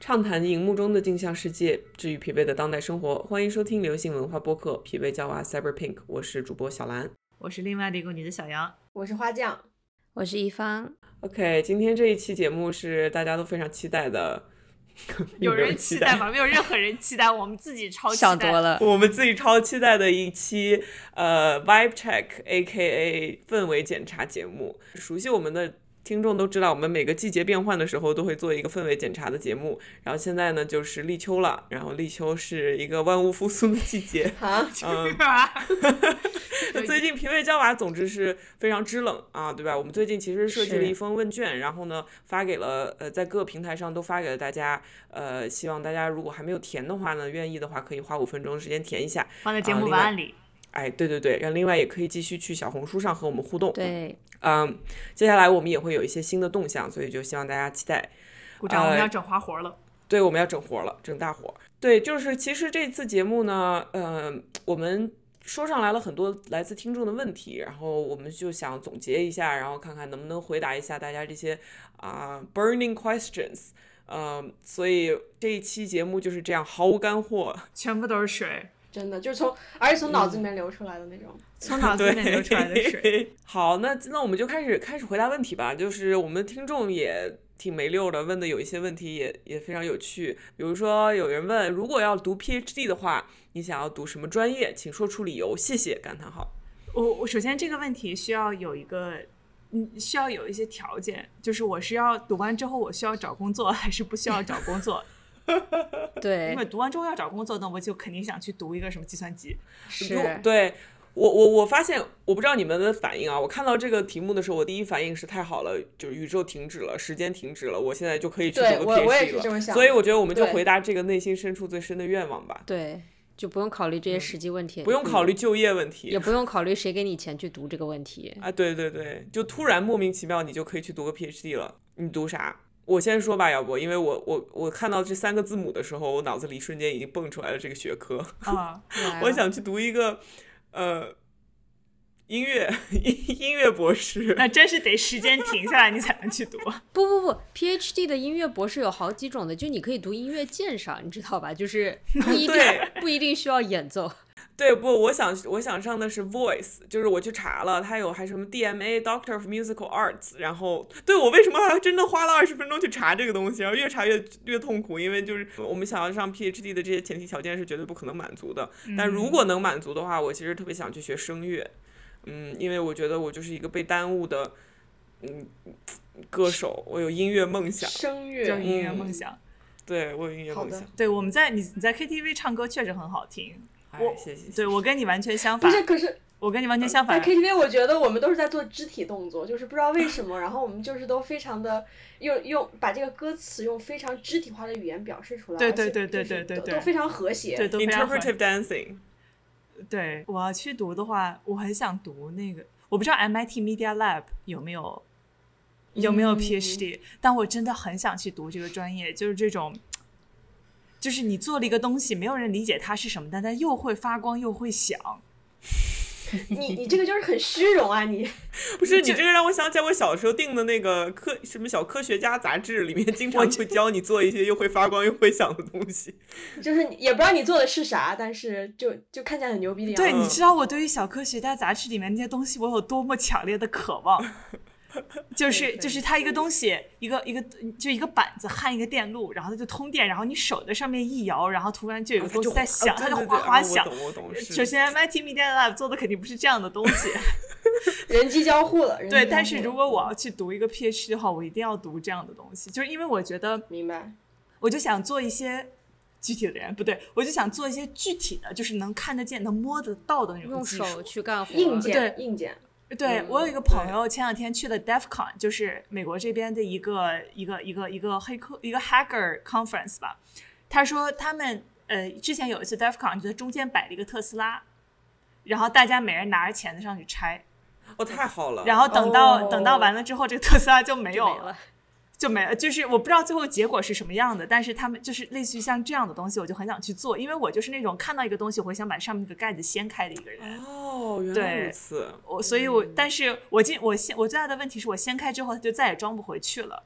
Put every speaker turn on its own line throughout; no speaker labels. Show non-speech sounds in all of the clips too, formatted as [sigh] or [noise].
畅谈荧幕中的镜像世界，治愈疲惫的当代生活。欢迎收听流行文化播客《疲惫娇娃 Cyberpink》，我是主播小兰。
我是另外的一个女的小杨，
我是花
[laughs]
匠，。
我是一方，
OK，今天这一期节目是大家都非常期待的， [laughs]
有人
期
期待吗？没有任何人期待，我们自己超期待。
想多
[laughs]
了。
我们自己超期待的一期呃 Vibe Check A.K.A 氛围检查节目。熟悉我们的听众都知道，我们每个季节变换的时候都会做一个氛围检查的节目。然后现在呢，就是立秋了，然后立秋是一个万物复苏的季节
啊，
嗯，[laughs]
对
最近疲惫娇娃，总之是非常知冷啊，对吧？我们最近其实设计了
是
一封问卷，然后呢发给了呃，在各个平台上都发给了大家，呃，希望大家如果还没有填的话呢，愿意的话可以花五分钟时间填一下。
放在节
啊
目
另
文
外
案里。
哎，对对对，然后另外也可以继续去小红书上和我们互动。，
对，
嗯，接下来我们也会有一些新的动向，所以就希望大家期待。
鼓掌，我们
呃
要整花活了。
对，我们要整活了，整大活。对，就是其实这次节目呢，呃，我们说上来了很多来自听众的问题，然后我们就想总结一下，然后看看能不能回答一下大家这些啊、burning questions。呃，所以这一期节目就是这样，毫无干货。
全部都是水，
[laughs] 真的就是从，而且从脑子里
嗯
面流出来的那种。
从脑子
对，
里面流出来的
[laughs]
水。
好，那那我们就开始开始回答问题吧。就是我们听众也挺没溜儿的，问的有一些问题也也非常有趣。比如说有人问，如果要读 PhD 的话，你想要读什么专业？请说出理由。谢谢，感叹号。
我我首先这个问题需要有一个，嗯，需要有一些条件，就是我是要读完之后我需要找工作，还是不需要找工作？因
对
为，读完之后要找工作，那我就肯定想去读一个什么计算机。
如果
是，
对我我我发现，我不知道你们的反应啊。我看到这个题目的时候，我第一反应是太好了，就是宇宙停止了，时间停止了，我现在就可以去读
对
个
我我也
PhD
是这么
了。
想
所以
的
我觉得我们就
对
回答这个内心深处最深的愿望吧，
对，就不用考虑这些实际问题，
嗯
嗯
不用考
嗯
虑就业问题，
也不用考虑谁给你钱去读这个
[laughs]
问题。
啊，对对对，就突然莫名其妙你就可以去读个 PhD 了。你读啥？我先说吧，要不因为我我我看到这三个字母的时候，我脑子里瞬间已经蹦出来了这个学科，
啊、
来
我
吧
想去读一个呃音乐 [laughs] 音音乐博士。
那真是得时间停下来你才能去读。 [laughs]
不不不，PhD 的音乐博士有好几种的，就你可以读音乐鉴赏，你知道吧？
[laughs]
就是不一定
对
不一定需要
[laughs]
演奏。
对，不，我想我想上的是 voice，就是我去查了，它有还什么 DMA Doctor of Musical Arts，然后对我为什么还真的花了二十分钟去查这个东西，然后越查越越痛苦，因为就是我们想要上 PhD 的这些前提条件是绝对不可能满足的，
嗯
但如果能满足的话，我其实特别想去学声乐，嗯，因为我觉得我就是一个被耽误的，嗯，歌手，我有音乐梦想，
声
叫
乐，
音乐梦想。
对我有音乐
好
梦
的
想，
对，我们在你你在 KTV 唱歌确实很好听。
哎
我，
谢谢，谢
对
谢
我跟你完全相
不
反，
是，可
[laughs]
是
我跟你完全相
在
反。
KTV，我觉得我们都是在做肢体动作，就是不知道为什么，然后我们就是都非常的用用把这个歌词用非常肢体化的语言表示出来，
对
而且
对对对
就是
对对
都
对
都非常和谐。
对，都非常好。
，interpretive dancing，
对，我要去读的话，我很想读那个，我不知道 MIT Media Lab 有没有有没有
嗯
PhD，、但我真的很想去读这个专业，就是这种，就是你做了一个东西，没有人理解它是什么，但它又会发光又会响。 [laughs]
你你这个就是很虚荣啊，你 [laughs]
不是你
这
这个让我想起来我小时候订的那个科什么小科学家杂志，里面经常会教你做一些又会发光又会响的东 [laughs] 西。
就是你也不知道你做的是啥，但是就就看起来很牛逼的样子。
对，
嗯
你知道我对于小科学家杂志里面那些东西，我有多么强烈的渴望。就是
对
就是它一个东西，一个一个就一个板子焊一个电路，然后它就通电，然后你手在上面一摇，然后突然就有个东西在响，它
啊它
就哗哗响。
啊我懂，我懂。
首先，MIT Media Lab 做的肯定不是这样的东西，
人机交互了。人机
对。
交
但
互
是
嗯
了
如果我要去读一个 PhD 的话，我一定要读这样的东西，就是因为我觉得，
明白，
我就想做一些具体的人，不对，我就想做一些具体的，就是能看得见、能摸得到的那种
用
技术
手去干活，
硬件
对
硬件，
对、
嗯
我有一个朋友，前两天去了 DefCon，就是美国这边的一个一个一个一个黑客一个 hacker conference 吧。他说他们呃之前有一次 DefCon，就在中间摆了一个特斯拉，然后大家每人拿着钳子上去拆，
哦，太好了。
然后等到、
哦
等到完了之后，这个特斯拉就没
就
有
没
了。
了。
就没了，就是我不知道最后结果是什么样的，但是他们就是类似于像这样的东西，我就很想去做，因为我就是那种看到一个东西，我会想把上面的盖子掀开的一个人。
哦，原来
对
如此。
我所以我，但是我进我掀我最大的问题是我掀开之后，它就再也装不回去了。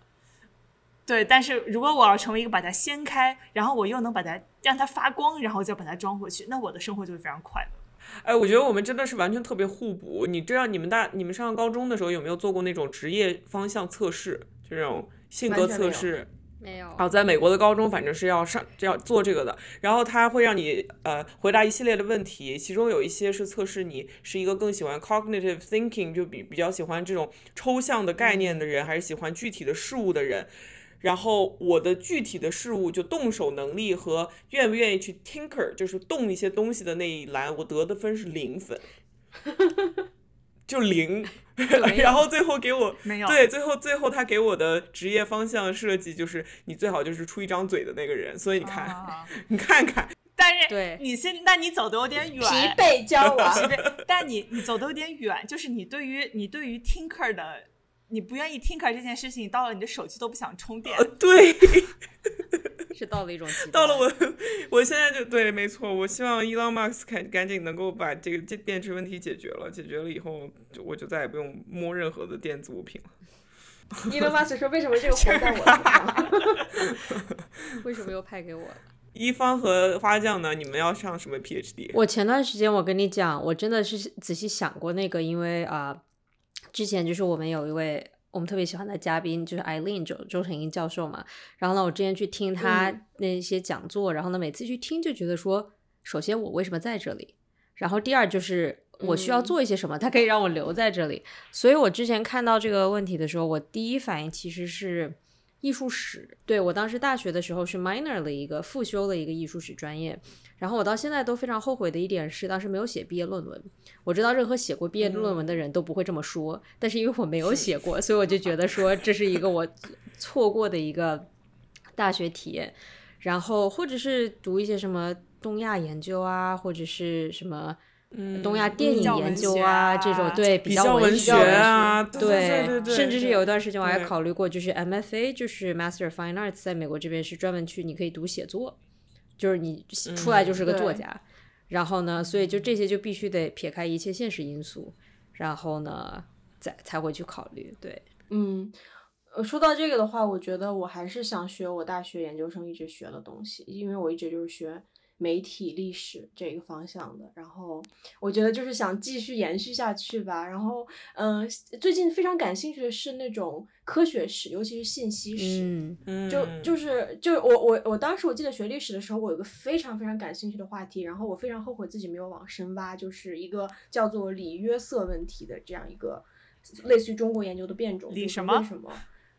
对，但是如果我要成为一个把它掀开，然后我又能把它让它发光，然后再把它装回去，那我的生活就会非常快乐。
哎，我觉得我们真的是完全特别互补。你知道你们大你们上高中的时候有没有做过那种职业方向测试，就这种性格
完全没
测
有
试？
没有，
啊，在美国的高中反正是要上要做这个的，然后他会让你呃回答一系列的问题，其中有一些是测试你是一个更喜欢 cognitive thinking，就比比较喜欢这种抽象的概念的人，还是喜欢具体的事物的人。然后我的具体的事物就动手能力和愿不愿意去 tinker，就是动一些东西的那一栏，我得的分是零分，就零。
没有
[laughs] 然后最后给我
没有，
对，最后最后他给我的职业方向设计就是你最好就是出一张嘴的那个人，所以你
啊，
看， [laughs] 你看看，
但是
对
你现那你走的有点远，
疲
啊
惫交往， [laughs]
疲惫，但你你走的有点远，就是你对于你对于 tinker 的，你不愿意 tinker 这件事情，到了你的手机都不想充电
[laughs] 呃，，对，
是到了
[laughs]
一种极端。
到了我我现在就对，没错，我希望 Elon Musk 赶赶紧能够把这个这电池问题解决了，解决了以后，就我就再也不用摸任何的电子物品了。
伊隆马斯说：“为什么这个活在我啊身上？
为什么又派给我了？
一方和花匠呢，你们要上什么 PhD？
我前段时间我跟你讲，我真的是仔细想过那个，因为啊、之前就是我们有一位我们特别喜欢的嘉宾，就是艾琳周周成英教授嘛。然后呢，我之前去听他那些讲座，然后呢，每次去听就觉得说，首先我为什么在这里，然后第二就是我需要
嗯
做一些什么，他可以让我留在这里。所以我之前看到这个问题的时候，我第一反应其实是艺术史。对我当时大学的时候是 minor 了一个复修了一个艺术史专业，然后我到现在都非常后悔的一点是，当时没有写毕业论文。我知道任何写过毕业论文的人都不会这么说，但是因为我没有写过，所以我就觉得说这是一个我 [laughs] 错过的一个大学体验。然后或者是读一些什么东亚研究啊，或者是什么
嗯
东亚电
比较
影研
文
究
学
啊，
啊
这种对比
比较文学
学
啊，
对
对对对，
甚至是有一段时间我还
对
考虑过，就是 MFA，就是 Master of Fine Arts，在美国这边是专门去你可以读写作，就是你
嗯
写出来就是个作
对
家。然后呢，所以就这些就必须得撇开一切现实因素，然后呢，再才会去考虑。对，
嗯，呃，说到这个的话，我觉得我还是想学我大学研究生一直学的东西，因为我一直就是学媒体历史这个方向的。然后我觉得就是想继续延续下去吧。然后，嗯、最近非常感兴趣的是那种科学史，尤其是信息史。
嗯，
嗯
就就是就是我我我当时我记得学历史的时候，我有个非常非常感兴趣的话题，然后我非常后悔自己没有往深挖，就是一个叫做里约瑟问题的这样一个类似于中国研究的变种，
里
就是
什么
为什么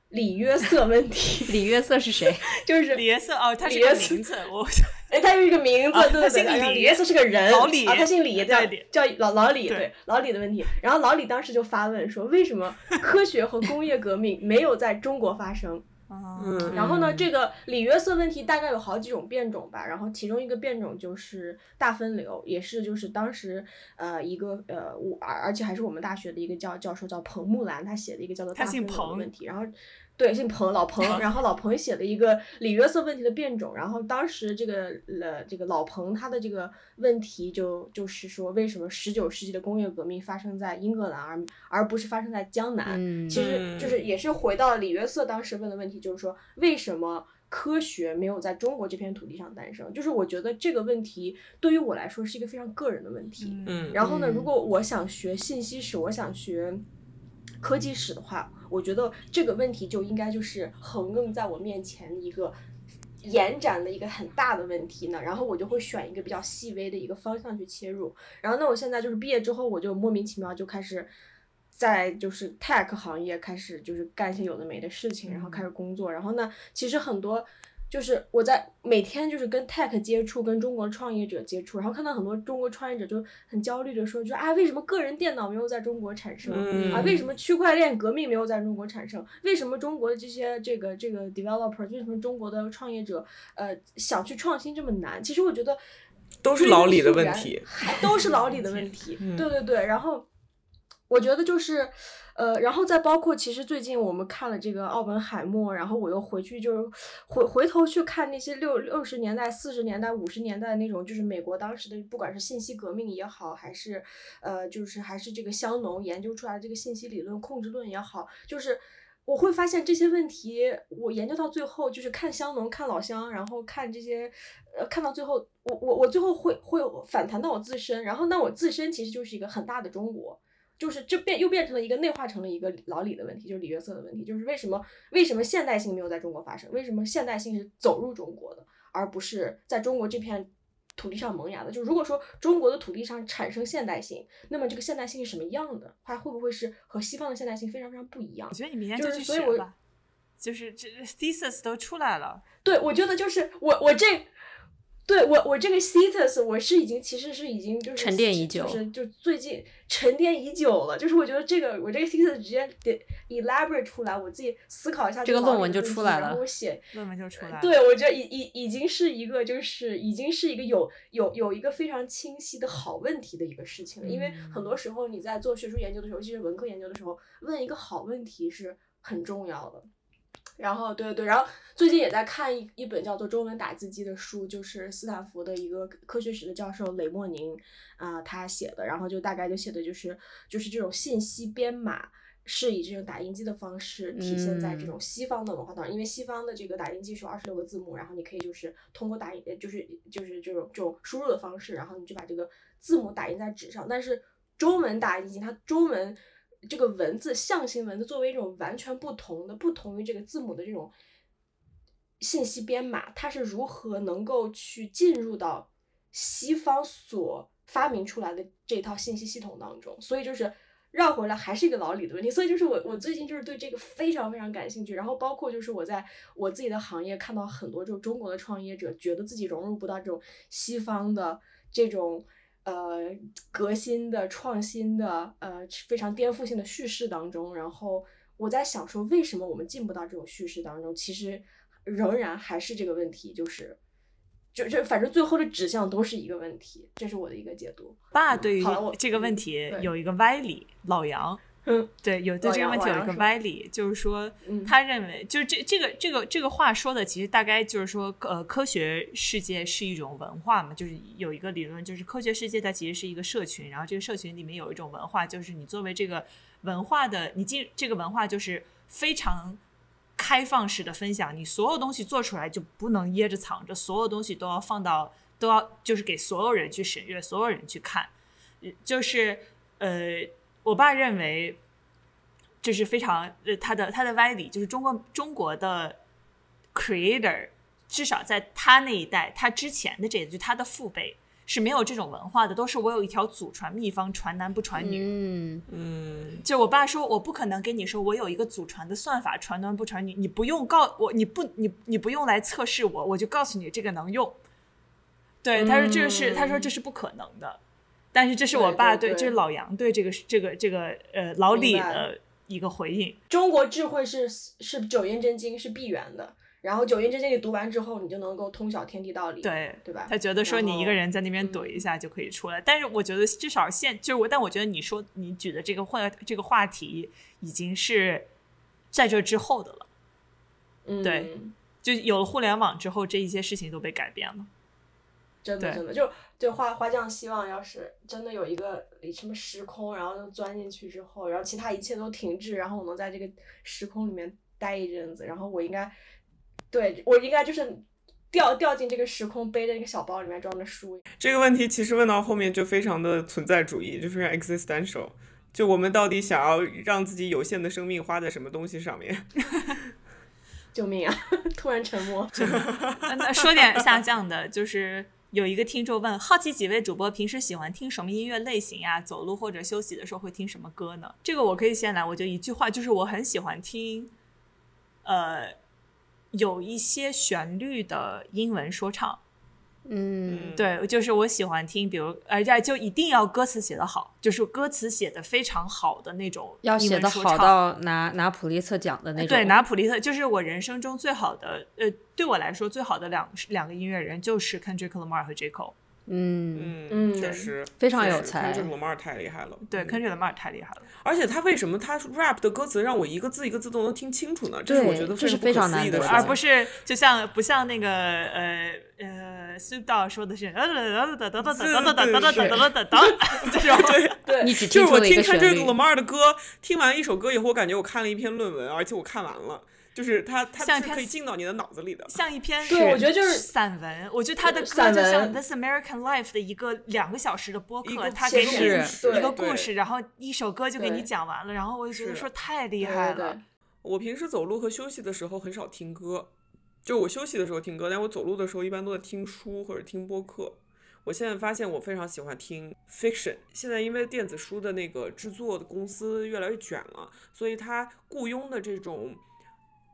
里约瑟问题，
李约瑟是谁？
就是
李约瑟哦，他是
李
个
约瑟
名字，我
哎，他有一个名字，
啊
对
他
对
姓
对，然后
李
李约瑟是个人，
老李
啊，他姓李，叫
对
叫老老李，
对
对老李的问题。然后老李当时就发问说，为什么科学和工业革命没有在中国发生？
嗯，
嗯
然后呢，
嗯
这个里约瑟问题大概有好几种变种吧，然后其中一个变种就是大分流，也是就是当时呃一个呃我而而且还是我们大学的一个教教授叫彭木兰，他写的一个叫做
他
大
姓
分流的
彭
问题，然后。对，姓彭，老
[laughs]
彭，然后老彭写了一个里约瑟问题的变种，然后当时这个呃这个老彭他的这个问题就就是说，为什么十九世纪的工业革命发生在英格兰而而不是发生在江南？
嗯，
其实就是也是回到里约瑟当时问的问题，就是说为什么科学没有在中国这片土地上诞生？就是我觉得这个问题对于我来说是一个非常个人的问题。
嗯
然后呢，
嗯
如果我想学信息史，我想学科技史的话，我觉得这个问题就应该就是横亘在我面前一个延展的一个很大的问题呢。然后我就会选一个比较细微的一个方向去切入。然后那我现在就是毕业之后，我就莫名其妙就开始。在就是 tech 行业开始就是干一些有的没的事情，然后开始工作，然后呢，其实很多就是我在每天就是跟 tech 接触，跟中国创业者接触，然后看到很多中国创业者就很焦虑的说，就啊，为什么个人电脑没有在中国产生？
嗯
啊，为什么区块链革命没有在中国产生？为什么中国的这些这个这个 developer，为什么中国的创业者呃想去创新这么难？其实我觉得
都是老李的问题，
啊都是老李的问题。
[laughs] 嗯
对对对，然后我觉得就是，呃，然后再包括其实最近我们看了这个奥本海默，然后我又回去就是回回头去看那些六六十年代、四十年代、五十年代那种，就是美国当时的不管是信息革命也好，还是呃，就是还是这个香农研究出来的这个信息理论控制论也好，就是。我会发现这些问题，我研究到最后就是看香农、看老乡，然后看这些，呃，看到最后，我我我最后会会反弹到我自身，然后那我自身其实就是一个很大的中国，就是这变又变成了一个内化成了一个老李的问题，就是李约瑟的问题，就是为什么为什么现代性没有在中国发生，为什么现代性是走入中国的，而不是在中国这片。土地上萌芽的，就如果说中国的土地上产生现代性，那么这个现代性是什么样的？它会不会是和西方的现代性非常非常不一样
我？觉得你明天
就
就是去
所以
学
我
吧，就是这 thesis 都出来了，
对，我觉得就是我我这，对我我这个 status 我是已经其实是已经就是
沉淀已久
就是就最近沉淀已久了。就是我觉得这个我这个 status 直接得 elaborate 出来，我自己思考一下
这个
个
论文就
问
出
题
来
然后
了
我写
论文就出来了。
对，我觉得已已已经是一个，就是已经是一个有有有一个非常清晰的好问题的一个事情了。因为
嗯
很多时候你在做学术研究的时候，尤其是文科研究的时候，问一个好问题是很重要的。然后，对对对，然后最近也在看一一本叫做《中文打字机》的书，就是斯坦福的一个科学史的教授雷默宁啊、他写的，然后就大概就写的就是就是这种信息编码，是以这种打印机的方式体现在这种西方的文化当中，因为西方的这个打印机是有二十六个字母，然后你可以就是通过打印，呃就是就是这种这种输入的方式，然后你就把这个字母打印在纸上。但是中文打印机它中文这个文字象形文字作为一种完全不同的、不同于这个字母的这种信息编码，它是如何能够去进入到西方所发明出来的这套信息系统当中，所以就是绕回来还是一个老李的问题。所以就是我我最近就是对这个非常非常感兴趣，然后包括就是我在我自己的行业看到很多这种中国的创业者，觉得自己融入不到这种西方的这种。呃，革新的、创新的，呃，非常颠覆性的叙事当中，然后我在想说，为什么我们进不到这种叙事当中？其实仍然还是这个问题，就是，就就反正最后的指向都是一个问题，这是我的一个解读。
爸对于
好了我
这个问题
嗯对
有一个歪理，老杨
嗯，
对有对
老
这个
杨
问题
老
有一
杨
个
说
歪理，就是说
嗯
他认为，就是这这个这个这个话说的，其实大概就是说，呃，科学世界是一种文化嘛，就是有一个理论，就是科学世界它其实是一个社群，然后这个社群里面有一种文化，就是你作为这个文化的，你进这个文化就是非常。开放式的分享，你所有东西做出来就不能掖着藏着，所有东西都要放到都要就是给所有人去审阅，所有人去看，呃就是呃，我爸认为这是非常呃他的他的歪理，就是中国中国的 creator 至少在他那一代，他之前的这一代就他的父辈是没有这种文化的，都是我有一条祖传秘方，传男不传女，
嗯，
嗯，
就我爸说，我不可能跟你说我有一个祖传的算法，传男不传女，你不用告我，你不你你不用来测试我，我就告诉你这个能用。对，他说这是、他说这是不可能的，但是这是我
对
爸
对对
这是老杨对这个这个这个呃老李
明白
的一个回应。
中国智慧是是九阴真经是必圆的，然后九阴真经你读完之后，你就能够通晓天地道理。，
对，
对吧
他觉得说
然
你一
后嗯
个人在那边怼一下就可以出来，但是我觉得至少现就是我，但我觉得你说你举的这个话这个话题已经是在这之后的了，
嗯，
对，就有了互联网之后，这一些事情都被改变了。
真的
对
真的，就就花花匠希望，要是真的有一个什么时空，然后就钻进去之后，然后其他一切都停滞，然后我能在这个时空里面待一阵子，然后我应该，对我应该就是掉掉进这个时空，背着一个小包，里面装着书。
这个问题其实问到后面就非常的存在主义，就非常 existential。就我们到底想要让自己有限的生命花在什么东西上面？
救命啊！ [laughs] 突然沉默。
那那说点下降的，就是有一个听众问，好奇几位主播平时喜欢听什么音乐类型呀？走路或者休息的时候会听什么歌呢？这个我可以先来，我就一句话，就是我很喜欢听，呃，有一些旋律的英文说唱。
嗯，
对，就是我喜欢听，比如而且就一定要歌词写得好，就是歌词写得非常好的那种
要
英
写
文
的
说唱
好
哎
到拿拿普利策奖的那种。
对，拿普利特就是我人生中最好的，呃，对我来说最好的两两个音乐人就是 Kendrick Lamar 和 J Cole。
嗯，
嗯，
嗯
确实
非常
确
有
实
才
这罗马尔太厉害了。
对、
嗯
Kendrick Lamar 太厉害了。
而且他为什么他 rap 的歌词让我一个字一个字都能听清楚呢？这是我
对
觉得
这是
非
非
常
常
不可思议
难
的
得
事
对
情，
的
而不是就像不像那个呃呃呃 s u d a 说的是哒哒哒哒哒哒哒哒哒哒哒哒哒，这种
对，
对
你只
[laughs] 就是
听出
我
了一
听
个
看
旋
这
律
个。Lamar 的歌，听完一首歌以后，我感觉我看了一篇论文，而且我看完了，就是它它
像一
是
篇
可以进到你的脑子里的。
像一篇
对我觉得就是
散文，我觉得他的歌
散
就
文
像《This American Life》的一个两个小时的播
一个
客，他
写
给
写
你
实
故
是
事，
一
对
个故事，然后一首歌就给你
对
讲完了，然后我就觉得
是
说太厉
对
害
对
了，
我平时走路和休息的时候很少听歌，就我休息的时候听歌，但我走路的时候一般都在听书或者听播客。我现在发现我非常喜欢听 fiction。现在因为电子书的那个制作的公司越来越卷了，所以他雇佣的这种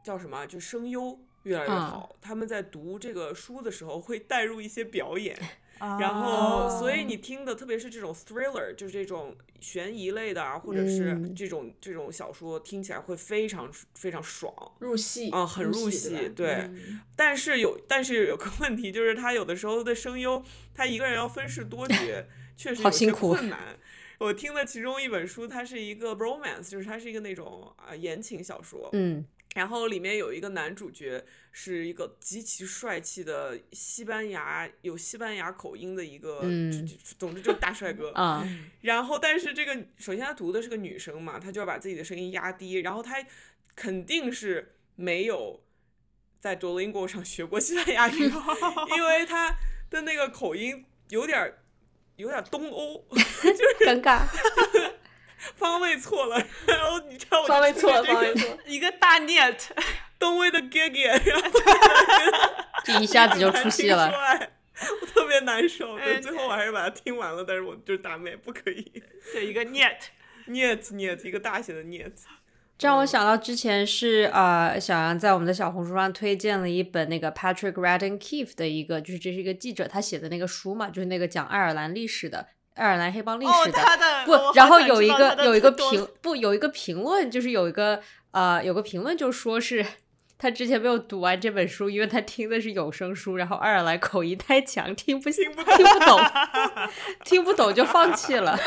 叫什么啊，就声优越来越
嗯
好。他们在读这个书的时候会带入一些表演，
啊
然后，所
哦
以你听的，特别是这种 thriller，就是这种悬疑类的啊，或者是
嗯
这种、这种小说，听起来会非常非常爽
入戏
哦
啊、很入
戏
戏。
吧
对，但是有但是有个问题，就是他有的时候的声优，他一个人要分饰多
[laughs]
角，确实
好
有
辛
些
苦
困难。我听的其中一本书，它是一个 romance，就是它是一个那种啊、言情小说，
嗯，
然后里面有一个男主角是一个极其帅气的西班牙有西班牙口音的一个，
嗯
就就总之就是大帅哥 [laughs]
[laughs] 啊，
然后，但是这个首先他读的是个女生嘛，她就要把自己的声音压低，然后她肯定是没有在 Duolingo 上学过西班牙语，因为她的那个口音有点儿有点儿东欧
尴尬。
方位错了，然后你知道我
方位
听
错
着
了，
这
方
个
嗯
位错了，
一个大 net， [laughs]
东欧的 Gaga，然后
哎
这一下子就
[laughs]
出戏
很
了。
难听出来我特别难受。对，
嗯
最后我还是把它听完了，但是我就是大妹不可以 [laughs]
对，一个 net，
，niet niet 一个大写的 niet，
这让我想到之前是呃，小杨在我们的小红书上推荐了一本那个 Patrick Radden Keefe 的一个，就是这是一个记者他写的那个书嘛，就是那个讲爱尔兰历史的爱尔兰黑帮历
哦，
史的。
他的
不
我好，
然后
想
有
知
一
道
个
他的
有一个
动
评不有一个评论，就是有一个呃有个评论就说是他之前没有读完这本书，因为他听的是有声书，然后爱尔兰口音太强，听不听不懂，听不懂就放弃了。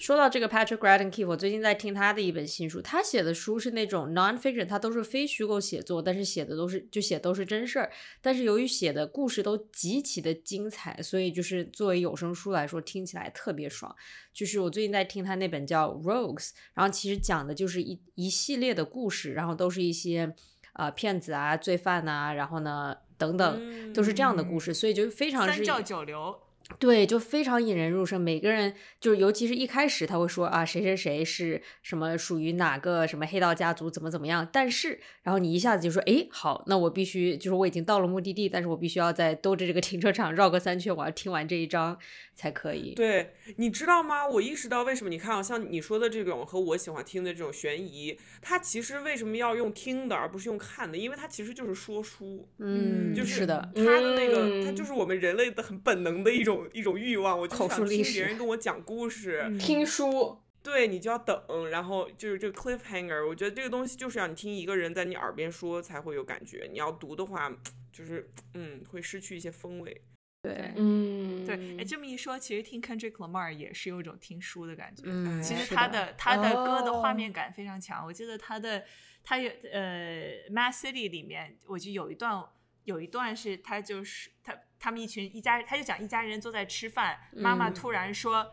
说到这个 Patrick Gradden Keefe，我最近在听他的一本新书，他写的书是那种 nonfiction，他都是非虚构写作，但是写的都是就写都是真事儿，但是由于写的故事都极其的精彩，所以就是作为有声书来说，听起来特别爽。就是我最近在听他那本叫《Rogues》，然后其实讲的就是一一系列的故事，然后都是一些呃骗子啊、罪犯呐、然后呢等等，都是这样的故事，所以就非
嗯
常
三
是
教九流，
对，就非常引人入胜。每个人就是，尤其是一开始他会说啊，谁谁谁是什么属于哪个什么黑道家族，怎么怎么样。但是，然后你一下子就说，诶，好，那我必须就是我已经到了目的地，但是我必须要在兜着这个停车场绕个三圈，我要听完这一章才可以。
对，你知道吗？我意识到为什么你看啊，像你说的这种和我喜欢听的这种悬疑，它其实为什么要用听的而不是用看的？因为它其实就是说书，
嗯，
就是
的，
它的那个，它
嗯
就是我们人类的很本能的一种一种欲望，我就
口述
想
历
听
史嗯
别人跟我讲故事，
听书，
对你就要等，然后就是这个 cliffhanger，我觉得这个东西就是要你听一个人在你耳边说才会有感觉，你要读的话，就是嗯会失去一些风味。
对，
嗯，
对，哎，这么一说，其实听 Kendrick Lamar 也是有一种听书的感觉。
嗯，
哎其
是
实他的他的歌的画
哦
面感非常强，我记得他的他有呃《Mad City》里面，我就有一段有一段是他就是他他们一群一家，他就讲一家人坐在吃饭，妈妈
嗯
突然说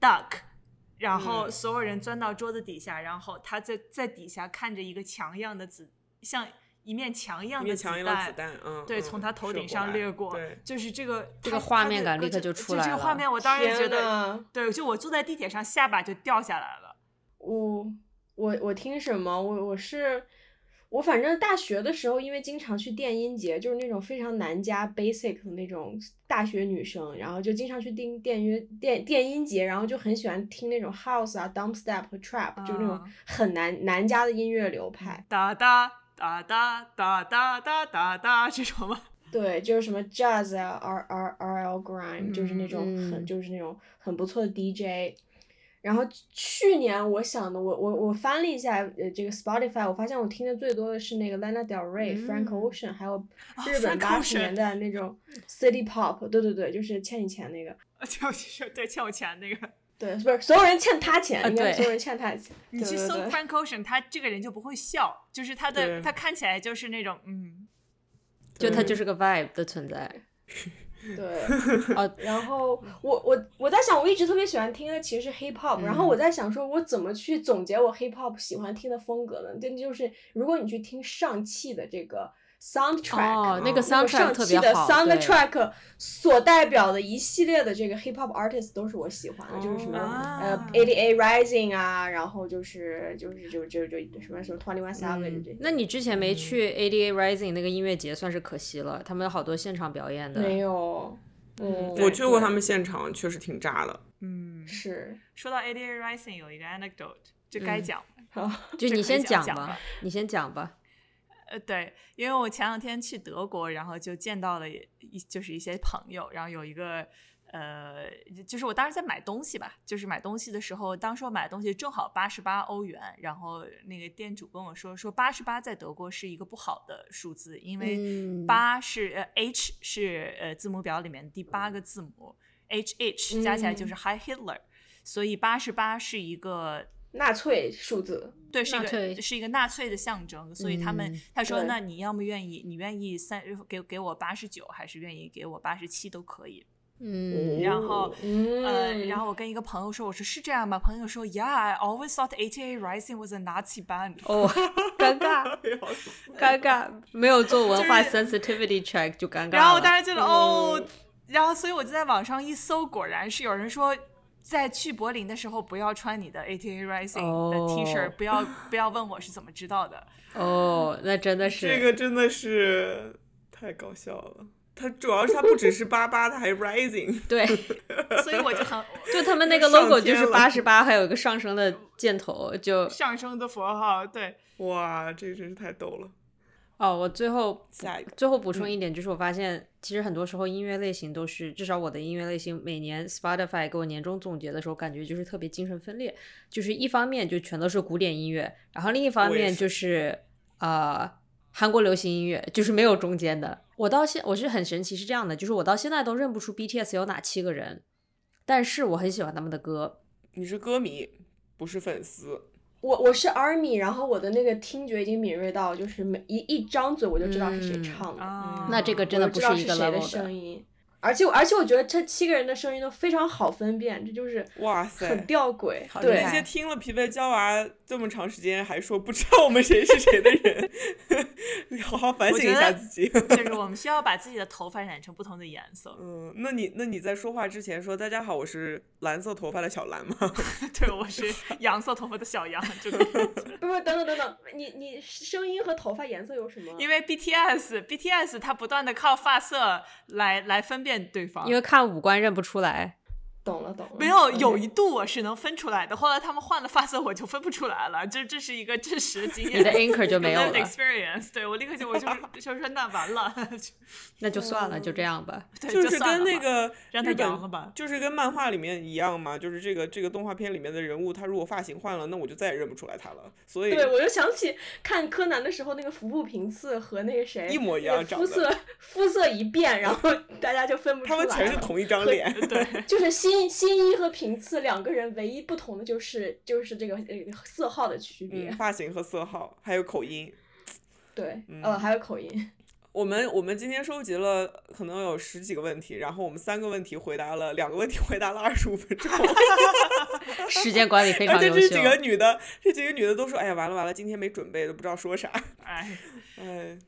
“duck”，然后所有人钻到桌子底下，然后他在在底下看着一个墙一样的子，像一面墙一样
因
的
为
子
强硬的子
弹。
弹，嗯，
对，
嗯
从他头
射
顶
过来
上掠过
对，，
就是这个
这
他
个画
他
面
的
感
歌
立刻
就
就出来
这个
了
画面，我当时
天
觉得
呐
对，就我坐在地铁上，下巴就掉下来了。
我我我听什么？我我是我反正大学的时候，因为经常去电音节，就是那种非常难加 basic 的那种大学女生，然后就经常去听电约电电音节，然后就很喜欢听那种 house 啊、dubstep 和 trap，就那种
啊
很难难加的音乐流派。
哒哒哒哒哒哒哒哒哒这种吗？ [laughs]
对，就是什么 jazz 啊、R R R L grime，、就是那种
嗯
很就是那种很不错的 DJ。然后去年我想的，我我我翻了一下呃这个 Spotify，我发现我听的最多的是那个 Lana Del Rey、Frank
嗯
Ocean，还有日本
Frank
八十
Ocean
年代那种 City Pop。对对对，就是欠你钱那个。
就是对欠我钱那个，
对，不是所有人欠他钱，
啊
应该
对
是所有人欠他钱。
你
对
去
对
搜
对
Frank Ocean，他这个人就不会笑，就是他的
对
他看起来就是那种嗯，
就它就是个 vibe 的存在。
对，
[laughs]
呃
哦
然后我我我在想，我一直特别喜欢听的其实是 hip hop，、然后
嗯
我在想说，我怎么去总结我 hip hop 喜欢听的风格呢？这就是如果你去听上汽的这个 soundtrack，、
哦那个 soundtrack
上
特
汽
别
的
好
soundtrack 所代表的一系列的这个 hip hop artist 都是我喜欢的，就是什么、
哦
啊
呃 ADA Rising 啊，然后就是就是就就就什么什么 Twenty One Savage 这些。
嗯那你之前
嗯
没去 ADA Rising 那个音乐节，算是可惜了。他们有好多现场表演的，
没有，嗯，
我去过
对
他们现场，确实挺炸的。
嗯，
是
说到 ADA Rising 有一个 anecdote，这该
嗯
讲。这
就你
可以
先
讲讲
吧
吧，
你先讲吧。
呃，对，因为我前两天去德国，然后就见到了一就是一些朋友，然后有一个呃，就是我当时在买东西吧，就是买东西的时候，当时我买的东西正好八十八欧元，然后那个店主跟我说，说八十八在德国是一个不好的数字，因为
嗯
八是、呃 H 是呃字母表里面第八个字母，H H 加起来就是 High Hitler，、所以八十八是一个
纳粹数字，
对，是一
纳粹
个是一个纳粹的象征，所以他们、
嗯
他说，
对
那你要么愿意，你愿意三给给我八十九，还是愿意给我八十七都可以。
嗯，
然
啊 [laughs]
后
嗯，
呃，然后我跟一个朋友说，我说是这样吗？朋友说，Yeah，I always thought ATA Rising was a Nazi band。
哦，尴尬，
哎
尴尬，没有做文化 sensitivity check 就尴尬了。
然后我当时觉得、
嗯
哦，然后所以我就在网上一搜，果然是有人说。在去柏林的时候，不要穿你的 ATA Rising 的 T 恤
哦
不要不要问我是怎么知道的。
哦，那真的是
这个真的是太搞笑了。它主要是它不只是八八，它还 rising。 [laughs]
对，
所以我就
[laughs]
很
就他们那个
上
logo 就
天
是
了
八十八，还有一个上升的箭头，就
上升的符号，对，
哇，这个真是太逗了。
哦，我最后
下一个，
最后补
嗯
充一点，就是我发现，其实很多时候音乐类型都是，至少我的音乐类型，每年 Spotify 给我年终总结的时候，感觉就是特别精神分裂，就是一方面就全都是古典音乐，然后另一方
我也
面
是
就是呃韩国流行音乐，就是没有中间的。我到现我是很神奇，是这样的，就是我到现在都认不出 BTS 有哪七个人，但是我很喜欢他们的歌。
你是歌迷，不是粉丝。
我我是 ARMY，然后我的那个听觉已经敏锐到，就是每一一张嘴我就知道是谁
嗯
唱的，
啊
那这个真
我
的
就
不
知道
一
是
个
谁的
level
声音。而且我而且我觉得这七个人的声音都非常好分辨，这就是
哇塞
很吊诡。
好厉
对
那
害
些听了疲惫娇娃这么长时间还说不知道我们谁是谁的人，你 [laughs] 好好反省一下自己。
就是我们需要把自己的头发染成不同的颜色。 [laughs]
嗯，那你那你在说话之前说大家好，我是蓝色头发的小蓝
[laughs]
吗？ [laughs]
对，我是羊色头发的小羊，就可以
不不等等等等，你你声音和头发颜色有什
[laughs]
么？
因为 BTS BTS 它不断的靠发色来来分辨对方
啊
因。为看五官认不出来。
懂了懂了，
没有，
OK
有一度我是能分出来的，后来他们换了发色，我就分不出来了。这这是一个真实经验，
你的 anchor
[laughs]
就没有
lived
了
experience。对我立刻就我就是就说那完了，就
那就算了，
嗯
就这样吧。
对
就
就是算
跟
了
那
吧
个
让他
日
阳了
本，
吧。
就是跟漫画里面一样嘛，就是这个这个动画片里面的人物，他如果发型换了，那我就再也认不出来他了。所以
对，我就想起看柯南的时候，那个服部平次和那个谁
一模一
那个
样长
肤
得
色肤色一变，然后大家就分不
他
出来了。
们全是同一张脸。 [laughs]
就是新新一和平次两个人唯一不同的就是就是这个呃色号的区别，
嗯，发型和色号，还有口音。
对，呃还有口音，
我们我们今天收集了可能有十几个问题，然后我们三个问题回答了，两个问题回答了二十五分
[laughs]
钟，
时间管理非
而
常
且
优
这
秀
几。个女的，这几个女的都说，哎呀，完了完了，今天没准备，都不知道说啥。
哎，
哎，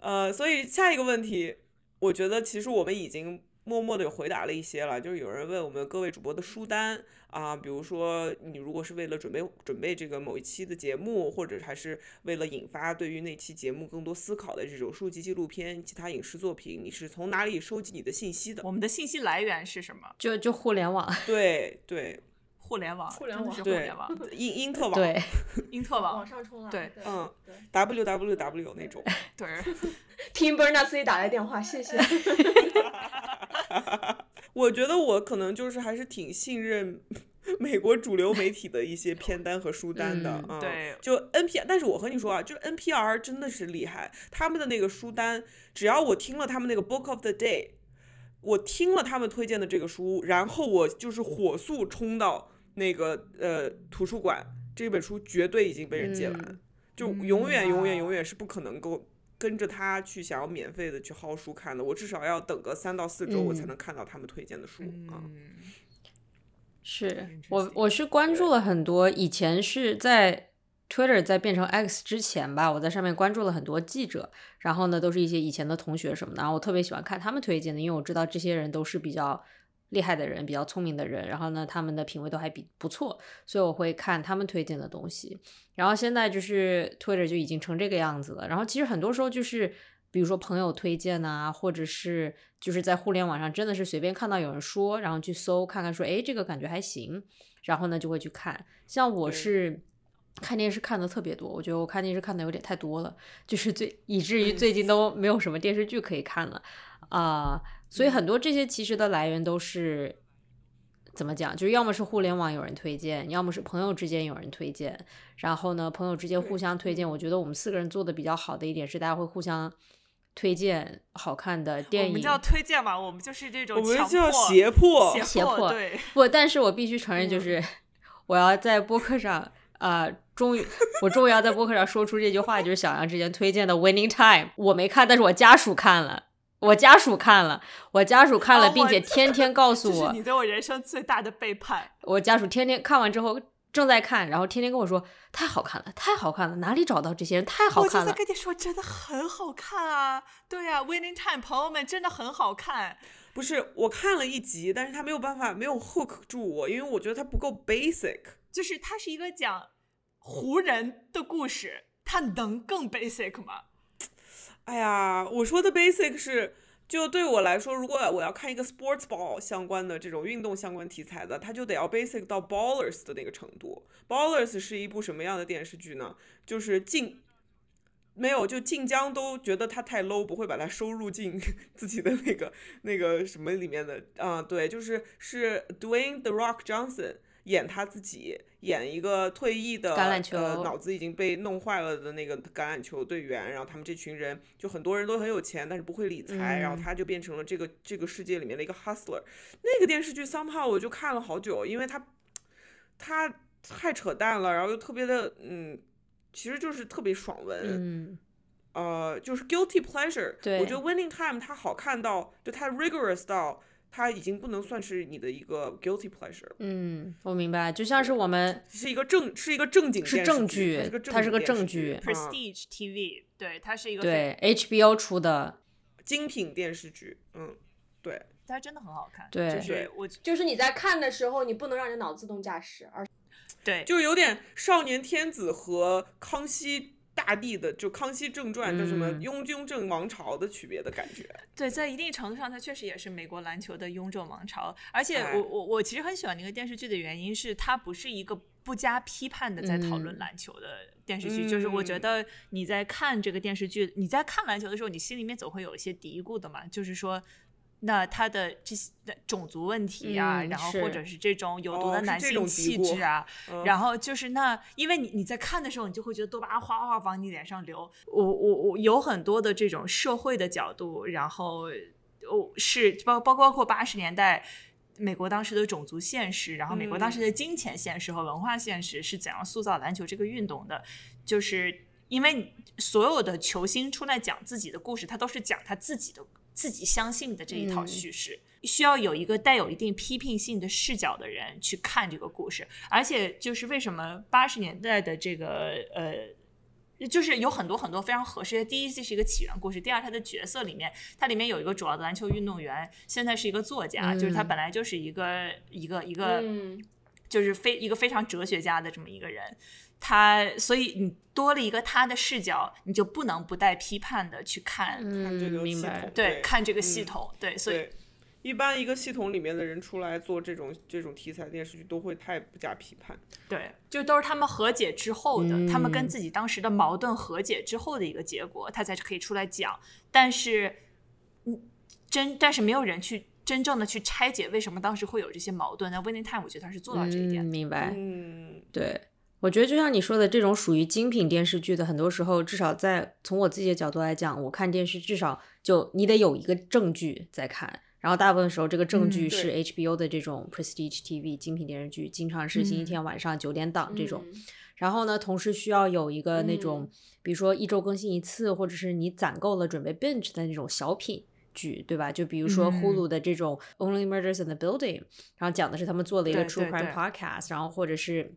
呃，所以下一个问题，我觉得其实我们已经默默的有回答了一些了，就是有人问我们各位主播的书单啊，比如说你如果是为了准备准备这个某一期的节目，或者还是为了引发对于那期节目更多思考的这种书籍、纪录片、其他影视作品，你是从哪里收集你的信息的？
我们的信息来源是什么？
就就互联网，
对对
互联网，
互联
真的
网哦
是互
对
联网，
因因特网
对，
英特
往
网，
上冲浪，
对
对，
嗯
对
W W W 那种。
对。
听 b e r n a 自己打来电话，谢谢，
我觉得我可能就是还是挺信任 [laughs] 美国主流媒体的一些片单和书单的
嗯
啊、 [laughs]
对
就 NPR，但是我和你说啊，就是 NPR 真的是厉害，他们的那个书单，只要我听了他们那个 Book of the Day，我听了他们推荐的这个书，然后我就是火速冲到那个呃图书馆，这本书绝对已经被人借完，
嗯
就永远
嗯
永远
哇
永远是不可能够跟着他去想要免费的去薅书看的，我至少要等个三到四周，我才能看到他们推荐的书啊。
嗯，
是
Interesting
我我是关注了很多，以前是在 Twitter 在变成 X 之前吧，我在上面关注了很多记者，然后呢都是一些以前的同学什么的，然后我特别喜欢看他们推荐的，因为我知道这些人都是比较厉害的人，比较聪明的人，然后呢他们的品味都还比不错，所以我会看他们推荐的东西。然后现在就是 Twitter 就已经成这个样子了。然后其实很多时候就是，比如说朋友推荐啊，或者是就是在互联网上真的是随便看到有人说，然后去搜看看说，诶，这个感觉还行，然后呢就会去看。像我
对
是。看电视看的特别多，我觉得我看电视看的有点太多了，就是最以至于最近都没有什么电视剧可以看了啊、所以
嗯
很多这些其实的来源都是怎么讲，就是要么是互联网有人推荐，要么是朋友之间有人推荐，然后呢，朋友之间互相推荐，我觉得我们四个人做的比较好的一点是，大家会互相推荐好看的电
我
影
们。叫推荐嘛，我们就是这种
我们
强
叫
迫
胁迫，
胁
胁迫
对，
不，但是我必须承
嗯
认，就是、我要在播客上，啊，终于，我终于要在播客上说出这句话，就是小杨之前推荐的《Winning Time》，我没看，但是我家属看了，我家属看了，我家属看了，
哦
并
我
且天天告诉
这
我，
是你对我人生最大的背叛。
我家属天天看完之后正在看，然后天天跟我说太好看了，太好看了，哪里找到这些人？太好
我就
看
在
了。
跟你说，真的很好看啊！对啊，Winning Time，朋友们真的很好看。
不是，我看了一集，但是他没有办法，没有 hook 住我，因为我觉得他不够 basic。
就是它是一个讲湖人的故事，它能更 basic 吗？
哎呀，我说的 basic 是，就对我来说，如果我要看一个 sports ball 相关的这种运动相关题材的，它就得要 basic 到 ballers 的那个程度。ballers 是一部什么样的电视剧呢？就是晋。没有，就晋江都觉得它太 low，不会把它收入进 [laughs] 自己的那个那个什么里面的啊、对，就是是 Dwayne the Rock Johnson 演他自己，演一个退役的
橄榄球
呃、脑子已经被弄坏了的那个橄榄球队员，然后他们这群人就很多人都很有钱，但是不会理财，然后
嗯
他就变成了这个这个世界里面的一个 hustler。那个电视剧 somehow 我就看了好久，因为他他太扯淡了，然后又特别的嗯，其实就是特别爽文，
嗯，
呃，就是 guilty pleasure。
对
我觉得 Winning Time 它好看到，就它 rigorous 到，它已经不能算是你的一个 guilty pleasure，
嗯，我明白，就像是我们
是一个正是一个正经
是
电视
证
剧
据，它
它
是
是
个
个正
证
经电视剧
据
啊
Prestige TV，对，它是一个非，
嗯对 HBO 出的，
精品电视剧。嗯，对，
它真的很好看。
对
就是我
[laughs] 就是你在看的时候，你不能让你的脑自动驾驶，而
对
就是有点少年天子和康熙。大帝的就《康熙正传》就什么
嗯
雍雍正王朝的区别的感觉，
对，在一定程度上，它确实也是美国篮球的雍正王朝。而且
哎
我我我其实很喜欢那个电视剧的原因是，它不是一个不加批判的在讨论
嗯
篮球的电视剧。就是我觉
嗯
得你在看这个电视剧，你在看篮球的时候，你心里面总会有一些嘀咕的嘛，就是说。那他的这些那种族问题啊，
嗯
然后或
是
者是这种有毒
哦
的
是
男
这
性
种嘀
气
咕
质啊，
嗯
然后就是那，因为你你在看的时候，你就会觉得多巴胺哗哗往你脸上流。我我我有很多的这种社会的角度，然后哦是包包包括八十年代。美国当时的种族现实，然后美国当时的金钱现实和文化现实是怎样塑造篮球这个运动的？就是因为你所有的球星出来讲自己的故事，他都是讲他自己的自己相信的这一套
嗯
叙事，需要有一个带有一定批评性的视角的人去看这个故事。而且就是为什么八十年代的这个呃，就是有很多很多非常合适的。第一，这是一个起源故事；第二，它的角色里面，它里面有一个主要的篮球运动员，现在是一个作家，
嗯
就是他本来就是一个一个一个，
嗯
就是非一个非常哲学家的这么一个人。他所以你多了一个他的视角，你就不能不带批判的去看，
看这
嗯，
个
明
系
白
统，，
对，看这个
嗯
系统，对，所以
对，一般一个系统里面的人出来做这种这种题材电视剧，都会太不加批判。
对，就都是他们和解之后的，
嗯
他们跟自己当时的矛盾和解之后的一个结果，他才可以出来讲。但是，嗯，真但是没有人去真正的去拆解为什么当时会有这些矛盾。那 Winning Time 我觉得他是做到这一点
嗯，
的，
明白，
嗯，
对，我觉得就像你说的，这种属于精品电视剧的，很多时候至少在从我自己的角度来讲，我看电视至少就你得有一个证据在看。然后大部分时候，这个证
嗯
据
对
是 HBO 的这种 Prestige TV 精品电视剧，经常是星期
嗯
天晚上九点档这种。
嗯
然后呢，同时需要有一个那种，
嗯
比如说一周更新一次，或者是你攒够了准备 binge 的那种小品。剧对吧？就比如说
嗯
Hulu 的这种 Only Murders in the Building，、然后讲的是他们做了一个
对对
True Crime
对
Podcast，然后或者是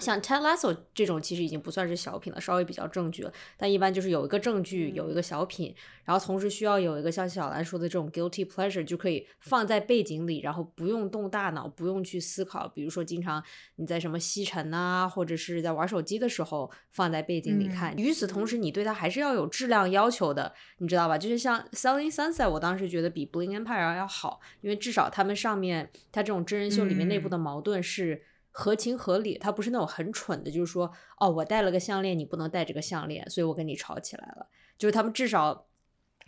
像 Ted Lasso 这种，其实已经不算是小品了，稍微比较正剧了。但一般就是有一个正剧，
嗯
有一个小品，然后同时需要有一个像小兰说的这种 guilty pleasure，就可以放在背景里，然后不用动大脑，不用去思考。比如说，经常你在什么吸尘啊，或者是在玩手机的时候放在背景里看。与此同时，你对它还是要有质量要求的，你知道吧？就是像《Selling Sunset》，我当时觉得比《Bling Empire》要好，因为至少他们上面它这种真人秀里面内
嗯
部的矛盾是。合情合理，它不是那种很蠢的，就是说，哦，我戴了个项链，你不能戴这个项链，所以我跟你吵起来了。就是他们至少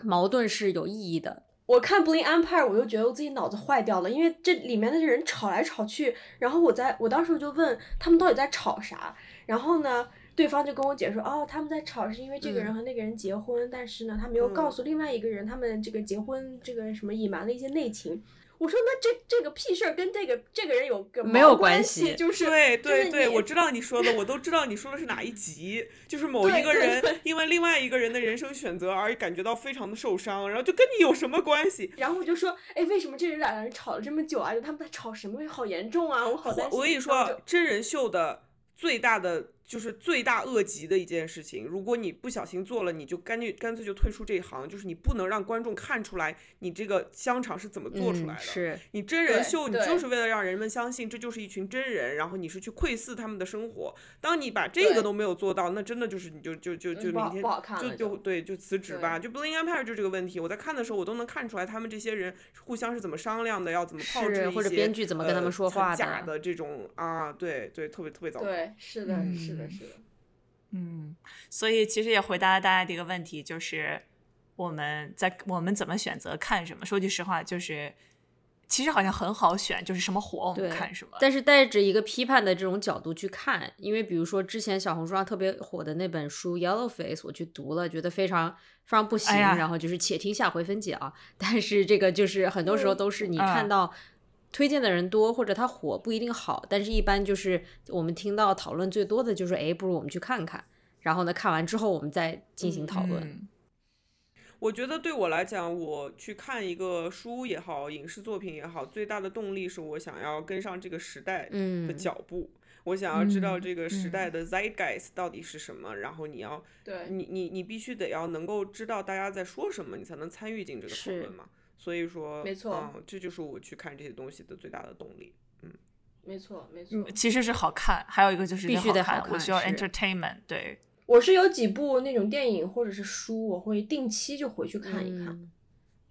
矛盾是有意义的。
我看《Bling Empire》，我就觉得我自己脑子坏掉了，因为这里面的人吵来吵去，然后我在我当时就问他们到底在吵啥，然后呢，对方就跟我解释说，哦，他们在吵是因为这个人和那个人结婚，但是呢，他没有
嗯
告诉另外一个人他们这个结婚这个什么隐瞒了一些内情。我说那这这个屁事儿跟这个这个人有个
没有
毛
关
关
系
就是
对
就是
对对，
你
我知道你说的，我都知道你说的是哪一集，就是某一
对
个
对
人
对
因为另外一个人的人生选择而感觉到非常的受伤，然后就跟你有什么关系？
然后我就说，哎，为什么这人俩人吵了这么久啊？就他们在吵什么？好严重啊！我好担心。
我跟你
然后
说
就，
真人秀的最大的就是最大恶极的一件事情，如果你不小心做了，你就干脆干脆就退出这一行，就是你不能让观众看出来你这个香肠是怎么做
嗯
出来的。
嗯是
你真人
对
秀，你
对
就是为了让人们相信这就是一群真人，然后你是去窥视他们的生活。当你把这个
对
都没有做到，那真的就是你就就就就
嗯不
明
好
天
不好看
就
了
就
就
对就辞职吧。就 Bling Empire 就这个问题，我在看的时候我都能看出来他们这些人互相是怎么商量的，要怎么炮制一
是
些
或者编剧怎么跟他们说话
呃、
的
很假的这种啊，对对，特别特别糟糕。
对，是的，是的，
嗯
是的。
嗯，所以其实也回答了大家的一个问题，就是我们在我们怎么选择看什么。说句实话，就是其实好像很好选，就是什么火我
对
们看什么。
但是带着一个批判的这种角度去看，因为比如说之前小红书上特别火的那本书《Yellow Face》，我去读了，觉得非常非常不行，
哎呀
然后就是且听下回分解啊。但是这个就是很多时候都是你
嗯
看到。推荐的人多，或者它火不一定好，但是一般就是我们听到讨论最多的就是，哎，不如我们去看看，然后呢，看完之后我们再进行讨论。
嗯
我觉得对我来讲，我去看一个书也好，影视作品也好，最大的动力是我想要跟上这个时代的
嗯
脚步。我想要知道
嗯
这个时
嗯
代的 zeitgeist 到底是什么，然后你要，
对，
你你你必须得要能够知道大家在说什么，你才能参与进这个讨
是
论嘛。所以说，
没错
嗯，这就是我去看这些东西的最大的动
[laughs]
力。
没错，没错。
嗯，其实是好看，还有一个就是
必须得
好
好看
我需要
是
entertainment。对，
我是有几部那种电影或者是书，我会定期就回去看一看，
嗯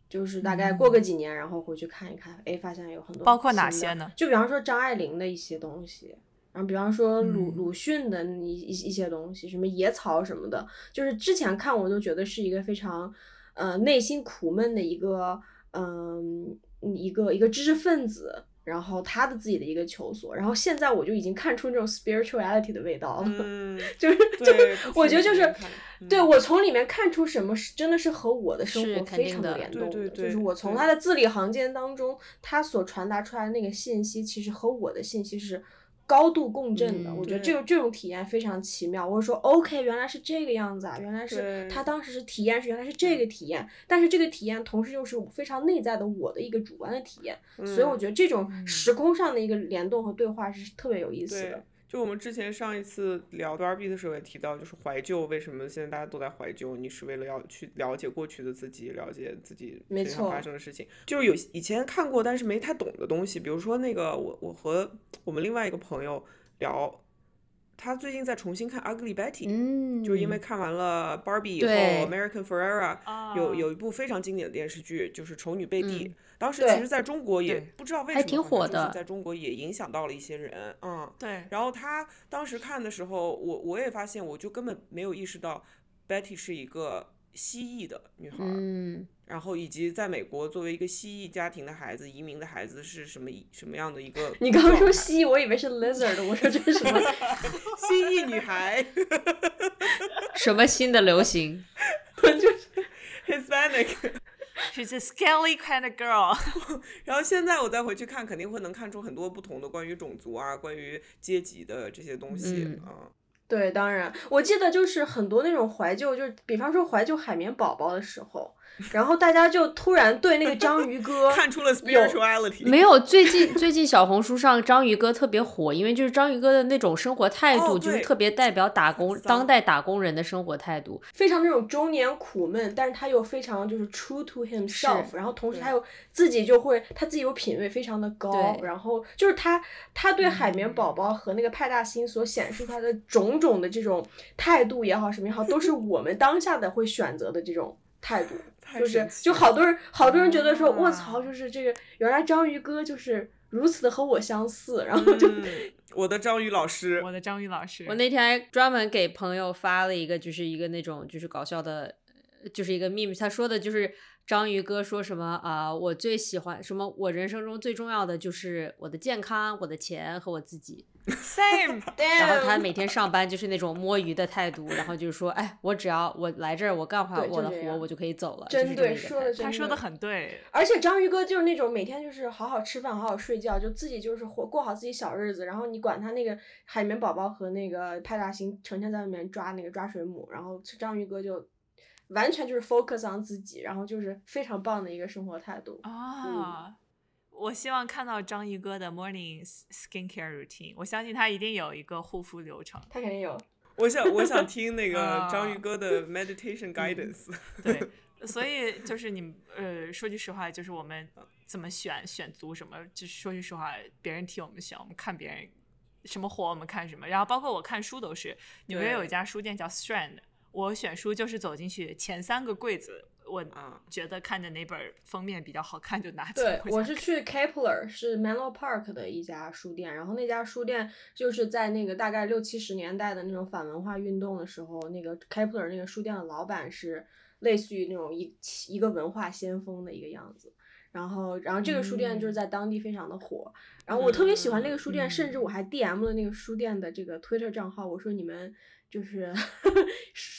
就是大概过个几年，然后回去看一看，哎，发现有很
嗯
多。
包括哪些？呢？
就比方说张爱玲的一些东西，然后比方说鲁
嗯
鲁迅的一一一些东西，什么《野草》什么的，就是之前看我都觉得是一个非常，呃，内心苦闷的一个，嗯、一个一个知识分子。然后他的自己的一个求索，然后现在我就已经看出那种 spirituality 的味道了，
嗯，
就是就是
对，不
我
仅
觉得就是是
能看
对
嗯
我从里面看出什么是真的是和我的生
是
活
肯
非
定
常有
的
联
对
动
对
的，就
对
是我从他的字里行间当中，他所传达出来的那个信息，其实和我的信息是高度共振的。
嗯
我觉得
对
这个这种体验非常奇妙。我说 OK，原来是这个样子啊，原来
对嗯
是他当时是体验是原来是这个体验，但是这个体验同时又是非常内在的我的一个主观的体验，所以我
嗯
觉得这种时空上的一个联动和对话是特别有意思
对
的。，
就我们之前上一次聊 r B 的时候也提到，就是怀旧，为什么现在大家都在怀旧？你是为了要去了解过去的自己，了解自己
没
身上发
错
生的事情。就是有以前看过，但是没太懂的东西，比如说那个我我和我们另外一个朋友聊，他最近在重新看《Ugly Betty》。
嗯，
就是因为看完了 Barbie 以后
对
，American Ferrera 有
啊
有一部非常经典的电视剧，就是《丑女贝蒂》
嗯
当时
对
其实在中国也
对
不知道为什么，
还挺
好像
火
就是
的
在中国也影响到了一些人，嗯。 [laughs]
对，
然后他当时看的时候，我我也发现，我就根本没有意识到 Betty 是一个蜥蜴的女孩儿，
嗯，
然后以及在美国作为一个蜥蜴家庭的孩子、移民的孩子是什么一什么样的一个。
你刚刚说，蜥蜴，我以为是 lizard，我说这是什么？
蜥蜴女孩
什么新的流行？
[laughs] Hispanic， [laughs]
是这 scaly kind of girl。
然后现在我再回去看，肯定会能看出很多不同的关于种族啊、关于阶级的这些东西
嗯
啊。
对，当然，我记得就是很多那种怀旧，就是比方说怀旧海绵宝宝的时候，然后大家就突然对那个章鱼哥，
看出了 spirituality，
[laughs] 没有，最近最近小红书上章鱼哥特别火，因为就是章鱼哥的那种生活态度，
哦
就是
对
特别代表打工
很丧
当代打工人的生活态度。
非常那种中年苦闷，但是他又非常就是 true to himself，然后同时
对
他又自己就会他自己有品味非常的高，
对
然后就是他他对海
嗯
绵宝宝和那个派大星所显示出来的种种的这种态度也好，什么也好，都是我们当下的会选择的这种态度。
[laughs] 太
就是
神奇
就
了
好多人好多人觉得说，我
啊
操，就是这个原来章鱼哥就是如此的和我相似，然后就、
嗯我的章鱼老师
我的章鱼老师，
我那天还专门给朋友发了一个，就是一个那种就是搞笑的，呃就是一个 meme。他说的就是章鱼哥说什么啊、我最喜欢什么，我人生中最重要的就是我的健康、我的钱和我自己。
same，
然 [laughs] 后他每天上班就是那种摸鱼的态度，然后就是说，哎，我只要我来这儿，我干好
对
我
就
的
这
活，
样
我就可以走了。
真
就是这么
对
一个
说
态
的
度
[laughs]
真
他说的很对，
而且章鱼哥就是那种每天就是好好吃饭、好好睡觉，就自己就是活过好自己小日子。然后你管他那个海绵宝宝和那个派大星成天在外面抓那个抓水母，然后章鱼哥就完全就是 focus on 自己，然后就是非常棒的一个生活态度。
啊、我希望看到章鱼哥的 morning s- skincare routine，我相信他一定有一个护肤流程。
他肯定有，
我想我想听那个
啊
章鱼哥的 meditation guidance，
对，所以就是你们呃，说句实话，就是我们怎么选选族什么，就是说句实话，别人替我们选，我们看别人什么火我们看什么，然后包括我看书都是，纽约有一家书店叫 Strand，我选书就是走进去前三个柜子，我
[laughs] 啊
觉得看着哪本封面比较好看就拿起来 [laughs]
对
回家看。，
我是去 Kepler，是 Menlo Park 的一家书店，然后那家书店就是在那个大概六七十年代的那种反文化运动的时候，那个 Kepler 那个书店的老板是类似于那种一一个文化先锋的一个样子。然后，然后这个书店
嗯
就是在当地非常的火。然后我特别喜欢那个书店，甚至我还 DM 了那个书店的这个 Twitter 账号，我说你们就是 [laughs]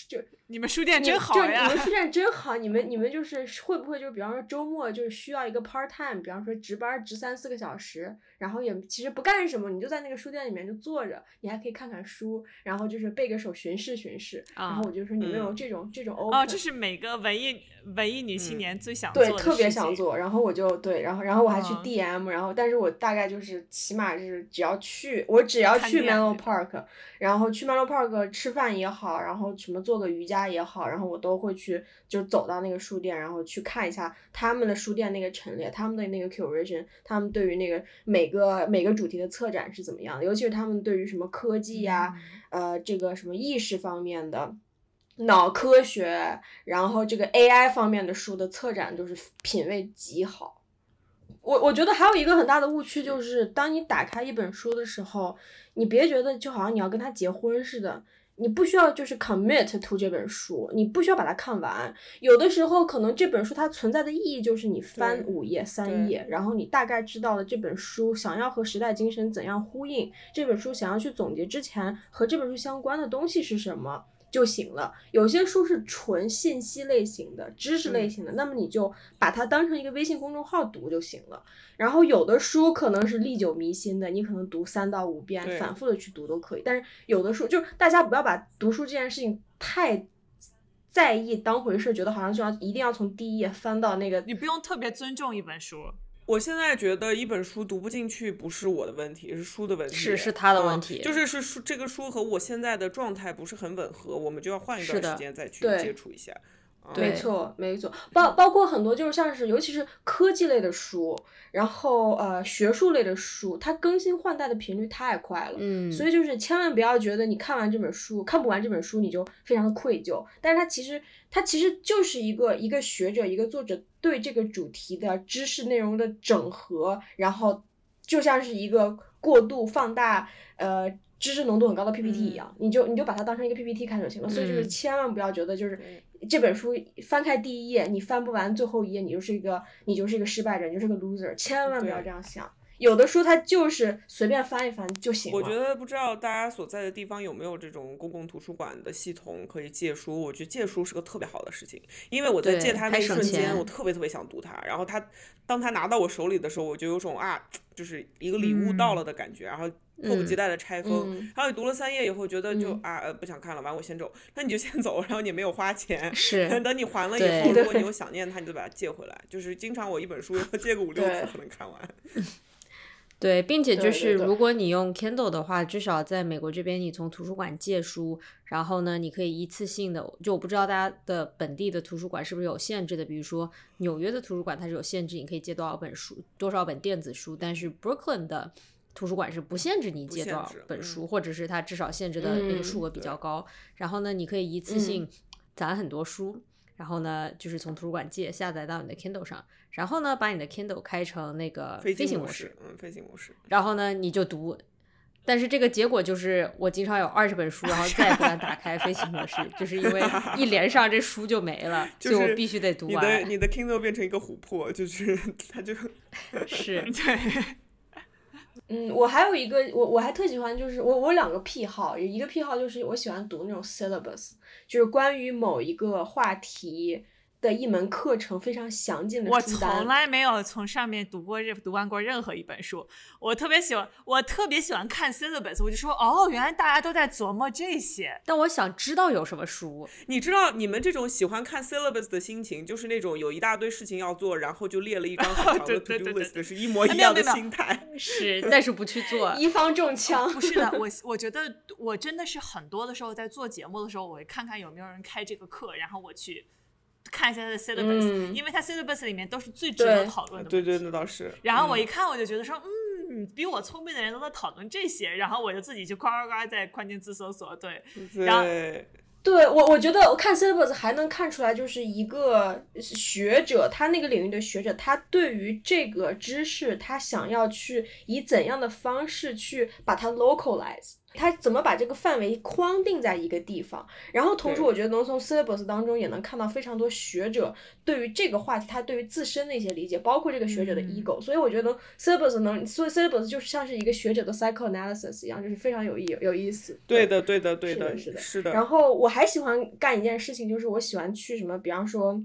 就
你们书店
你
真好呀
就你！们书店真好，你们你们就是会不会就是比方说周末就是需要一个 part time，比方说值班儿值三四个小时，然后也其实不干什么，你就在那个书店里面就坐着，你还可以看看书，然后就是背个手巡视巡视。然
啊
后我就说你们有
嗯
这种、这种
哦，
open，
这是每个文艺文艺女青
嗯
年最想做
对
的、
特别想。做，然后我就对，然后然后我还去
嗯
DM，、然后但是我大概就是起码是只要去，我只要
看
去
店
Menlo
对
Park，然后去 Menlo Park 吃饭也好，然后什么做个瑜伽也好，然后我都会去就走到那个书店，然后去看一下他们的书店那个陈列，他们的那个 curation，他们对于那个每个每个主题的策展是怎么样的，尤其是他们对于什么科技呀、呃这个什么意识方面的。脑科学，然后这个 AI 方面的书的策展就是品味极好。我我觉得还有一个很大的误区就是，当你打开一本书的时候，你别觉得就好像你要跟他结婚似的，你不需要就是 commit to 这本书，你不需要把它看完。有的时候可能这本书它存在的意义就是你翻
对
五页、三页，然后你大概知道了这本书想要和时代精神怎样呼应，这本书想要去总结之前和这本书相关的东西是什么。就行了。有些书是纯信息类型的、知识类型的，那么你就把它当成一个微信公众号读就行了。然后有的书可能是历久弥新的，你可能读三到五遍，
对
反复的去读都可以。但是有的书就是大家不要把读书这件事情太在意当回事，觉得好像就要一定要从第一页翻到那个
你不用特别尊重一本
[laughs]
书，
我现在觉得一本书读不进去不是我的问题，是书的问题，
是是他的
嗯
问题
就是是书这个书和我现在的状态不是很吻合，我们就要换一段
是的
时间再去
对
接触一下。嗯
对
没错，没错，包包括很多就是像是，尤其是科技类的书，然后呃学术类的书，它更新换代的频率太快了，
嗯
所以就是千万不要觉得你看完这本书看不完这本书你就非常的愧疚，但是它其实它其实就是一个一个学者一个作者对这个主题的知识内容的整合，然后就像是一个过度放大呃。知识浓度很高的 PPT 一
嗯
样，你就你就把它当成一个 PPT 看就行了。所以就是
嗯
千万不要觉得就是
对
这本书翻开第一页，你翻不完最后一页，你就是一个你就是一个失败者，你就是个 loser，千万不要
对
这样想。有的书它就是随便翻一翻就行了。
我觉得不知道大家所在的地方有没有这种公共图书馆的系统可以借书。我觉得借书是个特别好的事情，因为我在
对
借它
还
那一
省
瞬间，
钱
我特别特别想读它。然后它当它拿到我手里的时候，我就有种啊，就是一个礼物到了的感觉，然后迫不及
嗯
待的拆封。
嗯
然后你读了三页以后，觉得就、
嗯
啊、呃、不想看了，完我先走，那你就先走，然后你也没有花钱。
是
等你还了
对
以后，如果
对
你有想念它，你就把它借回来。就是经常我一本书要借个五六
对
次才能看完。
呃对，并且就
对对
是
对
如果你用 Kindle 的话，至少在美国这边，你从图书馆借书，然后呢，你可以一次性的，就我不知道大家的本地的图书馆是不是有限制的，比如说纽约的图书馆它是有限制，你可以借多少本书，多少本电子书，但是 Brooklyn 的图书馆是不限制你
不
借多
限
少
制
本
嗯
书，或者是它至少限制的那个
嗯
数额比
对
较高，然后呢，你可以一次
嗯
性攒很多书，然后呢，就是从图书馆借下载到你的 Kindle 上，然后呢，把你的 Kindle 开成那个
飞
飞
机
行
模
式，，
嗯，飞行模式。
然后呢，你就读。但是这个结果就是，我经常有二十本书，然后再也不敢打开飞行模式，就是因为一连上这书就没了，
就是
所以我必须得读
你的
完。
你的 Kindle 变成一个琥珀，就是 [laughs] 它就
是，
嗯，我还有一个，我我还特喜欢，就是我我有两个癖好，一个癖好就是我喜欢读那种 syllabus，就是关于某一个话题的一门课程非常详尽的
我
书单。
从来没有从上面读过任读完过任何一本书。我特别喜欢，我特别喜欢看 syllabus，我就说哦，原来大家都在琢磨这些。
但我想知道有什
[laughs]
么书，
你知道你们这种喜欢看 syllabus 的心情，就是那种有一大堆事情要做，然后就列了一张很长
[laughs]
的
对
to
对
do
对对
list，是一模
哎
一
没有
样的
没有
心态。
是，但是不去做。
一方中枪，
不是的，我我觉得我真的是很多的时候在做节目的时候，我会看看有没有人开这个课，然后我去看一下他的 syllabus，、
嗯
因为他 syllabus 里面都是最值得
对
讨论的。
对对，那倒是。
然后我
嗯
一看，我就觉得说，嗯，比我聪明的人都在讨论这些，然后我就自己去呱呱呱在关键字搜索，对，嗯然后
对
对我我觉得我看 syllabus 还能看出来，就是一个学者，他那个领域的学者，他对于这个知识，他想要去以怎样的方式去把它 localize。他怎么把这个范围框定在一个地方？然后同时，
对
我觉得能从 syllabus 当中也能看到非常多学者对于这个话题，他对于自身的一些理解，包括这个学者的
嗯
ego、所以我觉得 syllabus 能，所以 syllabus 就是像是一个学者的 psychoanalysis 一样，就是非常有意有意思。
对的对的对
是
的
的是的
是的。
然后我还喜欢干一件事情，就是我喜欢去什么，比方说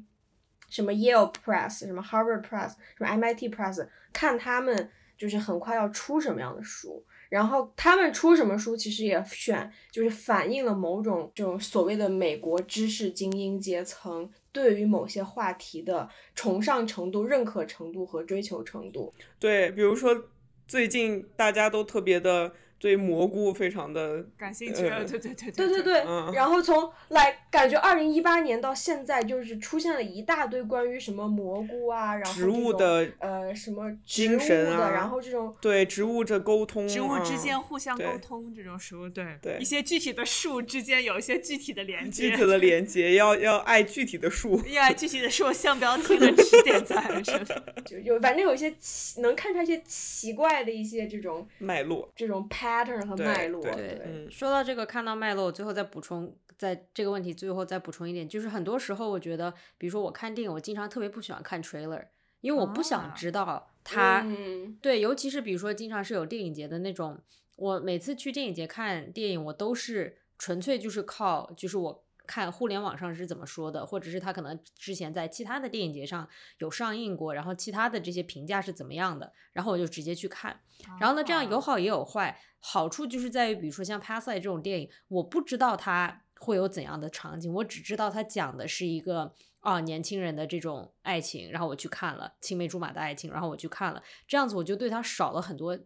什么 Yale Press、什么 Harvard Press、什么 MIT Press，看他们就是很快要出什么样的书。然后他们出什么书，其实也选就是反映了某种这种所谓的美国知识精英阶层对于某些话题的崇尚程度、认可程度和追求程度。
对，比如说最近大家都特别的对蘑菇非常的
感兴趣，
呃
对对对
对对
对
对，
嗯
然后从来感觉二零一八年到现在，就是出现了一大堆关于什么蘑菇啊，然后
植物
这种
的
呃什么植
精
物
神
的，
啊
然后这种
对植物的沟通，
植物之
嗯
间互相
对
沟通这种书，对
对
一些具体的树之间有一些具体的连接，
具体的连接，要要爱具体的树。
呀，具体的树像标题的指点在人身上。
就有反正有一些奇能看出来一些奇怪的一些这种
脉络，
这种 pattern 和
对
脉络。
对
对
嗯
说到这个看到脉络，我最后再补充，在这个问题最后再补充一点，就是很多时候我觉得，比如说我看电影，我经常特别不喜欢看 trailer，因为我不
啊
想知道它、
嗯，
对，尤其是比如说，经常是有电影节的那种，我每次去电影节看电影，我都是纯粹就是靠，就是我看互联网上是怎么说的，或者是他可能之前在其他的电影节上有上映过，然后其他的这些评价是怎么样的，然后我就直接去看。然后呢，这样有好也有坏，好处就是在于，比如说像《Parasite》这种电影，我不知道它会有怎样的场景，我只知道它讲的是一个啊年轻人的这种爱情，然后我去看了青梅竹马的爱情，然后我去看了，这样子我就对它少了很多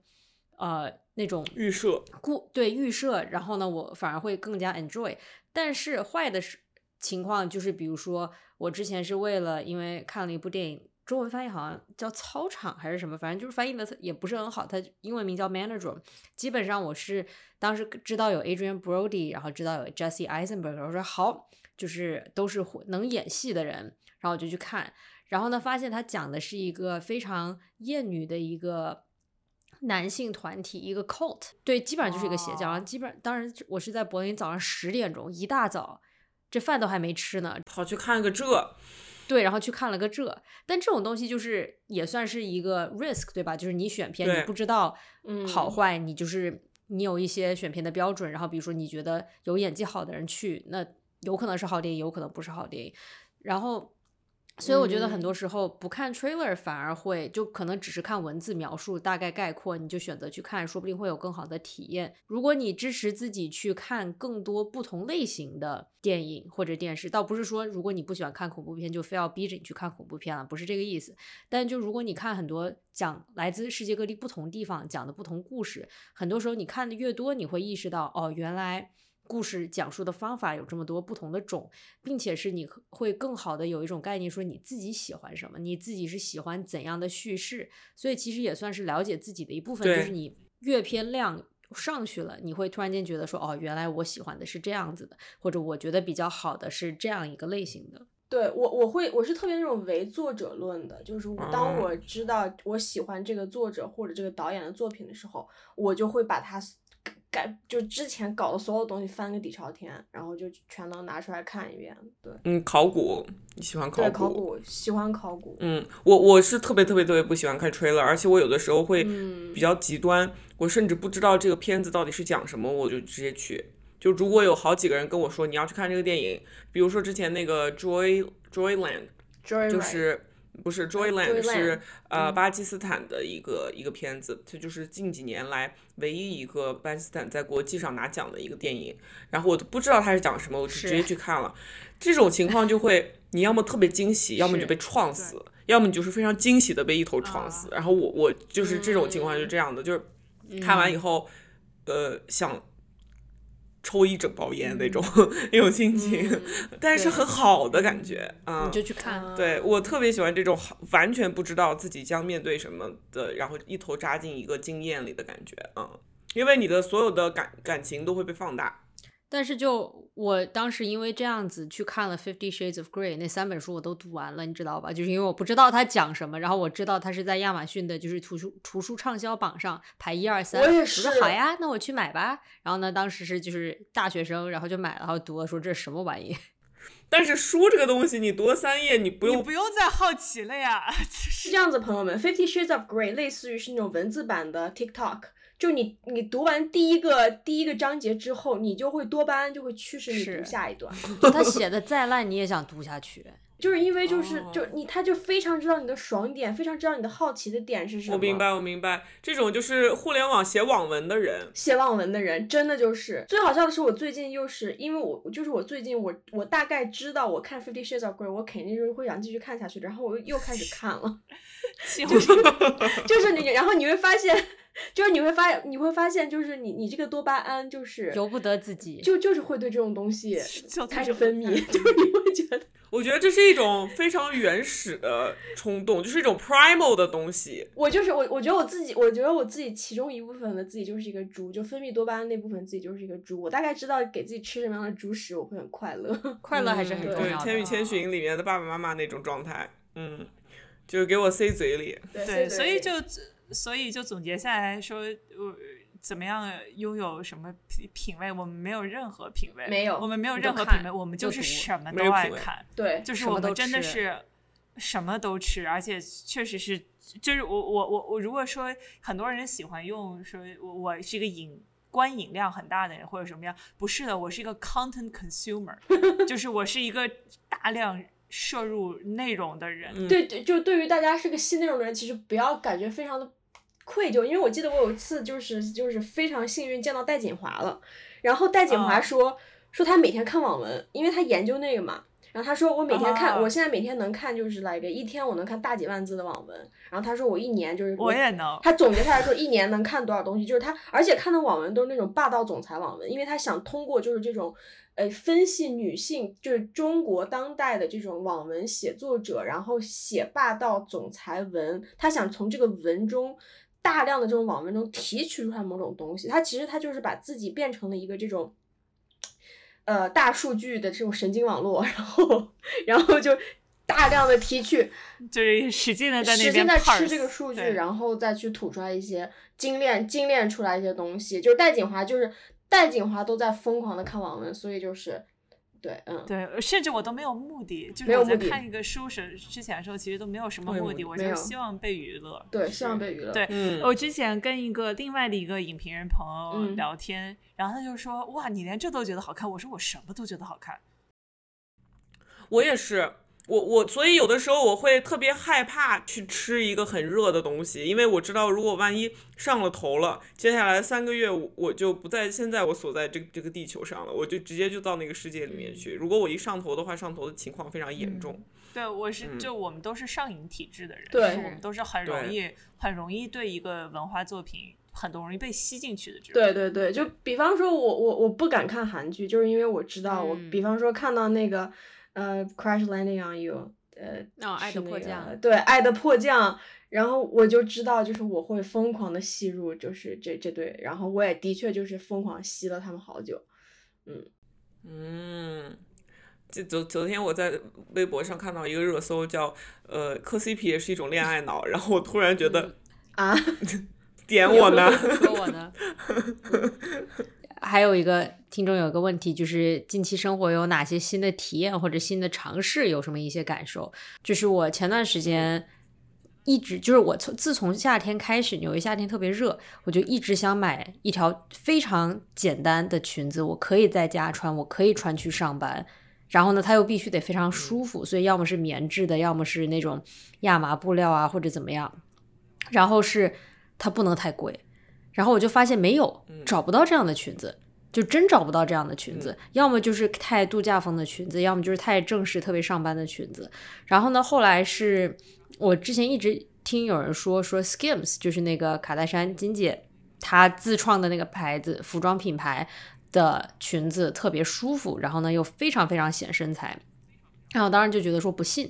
呃那种
预设
故对预设，然后呢，我反而会更加 enjoy。但是坏的是情况就是，比如说我之前是为了因为看了一部电影，中文翻译好像叫操场还是什么，反正就是翻译的也不是很好，它英文名叫 manager。基本上我是当时知道有 Adrian Brody，然后知道有 Jesse Eisenberg，我说好，就是都是会能演戏的人，然后我就去看，然后呢，发现他讲的是一个非常厌女的一个男性团体，一个 cult，对，基本上就是一个邪教。然后
哦
基本当然我是在柏林早上十点钟一大早，这饭都还没吃呢，
跑去看个这，
对，然后去看了个这，但这种东西就是也算是一个 risk，对吧？就是你选片，
对
你不知道
嗯
好坏，你就是你有一些选片的标准，然后比如说你觉得有演技好的人去，那有可能是好电影，有可能不是好电影，然后。所以我觉得很多时候不看 trailer 反而会就可能只是看文字描述，大概概括你就选择去看，说不定会有更好的体验。如果你支持自己去看更多不同类型的电影或者电视，倒不是说如果你不喜欢看恐怖片就非要逼着你去看恐怖片了，不是这个意思。但就如果你看很多讲来自世界各地不同地方讲的不同故事，很多时候你看的越多，你会意识到哦，原来故事讲述的方法有这么多不同的种，并且是你可会更好的有一种概念，说你自己喜欢什么，你自己是喜欢怎样的叙事，所以其实也算是了解自己的一部分，就
对
是你阅片量。上去了，你会突然间觉得说，哦，原来我喜欢的是这样子的，或者我觉得比较好的是这样一个类型的。
对我我会我是特别那种唯作者论的，就是我当
哦
我知道我喜欢这个作者或者这个导演的作品的时候，我就会把他改，就之前搞的所有东西翻个底朝天，然后就全都拿出来看一遍。对，
嗯，考古，你喜欢
对，考古喜欢考古，
嗯，我我是特别特别特别不喜欢看 trailer，而且我有的时候会
嗯
比较极端，我甚至不知道这个片子到底是讲什么，我就直接去。就如果有好几个人跟我说你要去看这个电影，比如说之前那个 Joy Joyland，
Joyride
就是不是 Joyland
Joyland，
是呃巴基斯坦的一个一个片子，这就是近几年来唯一一个巴基斯坦在国际上拿奖的一个电影。然后我都不知道它是讲什么，我就是直接去看了。这种情况就会，你要么特别惊喜，要么你
是
就被撞死，要么你就是非常惊喜的被一头撞死。然后我我就是这种情况就是这样的，就是看完以后，呃，想抽一整包烟那种 [laughs] 那种心
嗯
情， [laughs] 但是
对
很好的感觉啊。
你就去看，
嗯
对我特别喜欢这种好完全不知道自己将面对什么的，然后一头扎进一个经验里的感觉，嗯，因为你的所有的感感情都会被放大，
但是就我当时因为这样子去看了《Fifty Shades of Grey》那三本书我都读完了，你知道吧？就是因为我不知道它讲什么，然后我知道它是在亚马逊的，就是图书图书畅销榜上排一二三。
我也
我
是
说好呀，那我去买吧。然后呢，当时是就是大学生，然后就买了，然后读了，说这是什么玩意？
但是书这个东西，你读了三页，你不
你
用
不用再好奇了呀，
是这样子，朋友们，《Fifty Shades of Grey》类似于是那种文字版的 TikTok，就你你读完第一个第一个章节之后，你就会多巴胺就会驱使你
是
读下一段，
就他写的再烂，你也想读下去。
就是因为就是、
哦
就你他就非常知道你的爽点，非常知道你的好奇的点是什么。
我明。白，我明白，这种就是互联网写网文的人，
写网文的人真的就是最好笑的是，我最近又是因为我就是我最近我我大概知道我看《Fifty Shades of Grey》，我肯定就是会想继续看下去的，然后我又又开始看了。
[laughs]
气候是
就是你，然后你会发现，就是你会发，你会发现，就是你你这个多巴胺就是
由不得自己
就就是会对这种
[laughs]
东西
就
[laughs] 开始分泌，就是你会觉得，
我觉得这是一种非常原始的冲动，就是一种 primal 的东西，
我就是我，我觉得我自己，我觉得我自己其中一部分的自己就是一个猪，就分泌多巴胺那部分自己就是一个猪，我大概知道给自己吃什么样的猪食我会很快乐，
快乐还是
嗯
很重
对《
要的。啊
千与千寻》里面的爸爸妈妈那种状态，嗯，就是给我塞嘴里，
[laughs]
对，所以就所以就总结下来说，呃，怎么样拥有什么品品味？我们没有任何品味，
没有
我们没有
就
任何
看
品味，我们
就
就是
读
什么
没有
都爱
品味
看，
对，
就是
什么
我们
都
真的
吃
是什么都吃，而且确实是，就是我我我我如果说很多人喜欢用说我我是一个饮观影量很大的人或者什么样，不是的，我是一个 content consumer，就是我是一个大量摄入内容的人，
嗯
对对，就对于大家是个新内容的人，其实不要感觉非常的愧疚，因为我记得我有一次就是就是非常幸运见到戴锦华了，然后戴锦华
啊
说、说他每天看网文，因为他研究那个嘛。然后他说我每天看，
啊
我现在每天能看就是来个一天我能看大几万字的网文。然后他说我一年就是
我也能。
他总结下来说，一年能看多少东西，就是他，而且看的网文都是那种霸道总裁网文，因为他想通过就是这种，呃，分析女性，就是中国当代的这种网文写作者，然后写霸道总裁文，他想从这个文中。大量的这种网文中提取出来某种东西，他其实他就是把自己变成了一个这种，呃，大数据的这种神经网络，然后，然后就大量的提取，
就是使劲的在那
使
边
劲在
parse，
吃这个数据，
对
然后再去吐出来一些精炼精炼出来一些东西。就是戴锦华，就是戴锦华都在疯狂的看网文，所以就是
对，嗯，
对，甚至我都没有目的，就
没
是
有
我在
目的
看一个书时之前的时候，其实都没有什么
没有
目
目
的，
的
我
没
就
有
希望被娱乐。
对，希望被娱乐。
对 [laughs]
嗯，
我之前跟一个另外的一个影评人朋友
嗯
聊天，然后他就说：“哇，你连这都觉得好看？”我说：“我什么都觉得好看。
我也是，我我所以有的时候我会特别害怕去吃一个很热的东西，因为我知道如果万一上了头了，接下来三个月我我就不在现在我所在这个这个地球上了，我就直接就到那个世界里面
嗯
去。如果我一上头的话，上头的情况非常严重。
对，我是
嗯
就我们都是上瘾体质的人，
对
就我们都是很容
对
易很容易对一个文化作品很容易被吸进去的这种。
对对对，就比方说我我我不敢看韩剧，就是因为我知道我，
嗯
比方说看到那个呃《Crash Landing on You》，呃，
那、哦爱
是
的迫
那
降
个，对《爱的迫降》，然后我就知道，就是我会疯狂的吸入，就是这这对，然后我也的确就是疯狂吸了他们好久。
嗯，这昨昨天我在微博上看到一个热搜叫呃磕 CP 也是一种恋爱脑，然后我突然觉得
嗯
啊，
[laughs] 点我呢。
说 [laughs] 我呢。还有一个听众有一个问题，就是近期生活有哪些新的体验或者新的尝试，有什么一些感受？就是我前段时间一直就是我从自从夏天开始，纽约夏天特别热，我就一直想买一条非常简单的裙子，我可以在家穿，我可以穿去上班。然后呢，它又必须得非常舒服，所以要么是棉质的，要么是那种亚麻布料啊，或者怎么样。然后是它不能太贵，然后我就发现没有
嗯
找不到这样的裙子，就真找不到这样的裙子，要么就是太度假风的裙子，要么就是太正式特别上班的裙子。然后呢，后来是我之前一直听有人说说 Skims 就是那个卡戴珊金姐她自创的那个牌子服装品牌的裙子特别舒服，然后呢又非常非常显身材。然后我当时就觉得说不信，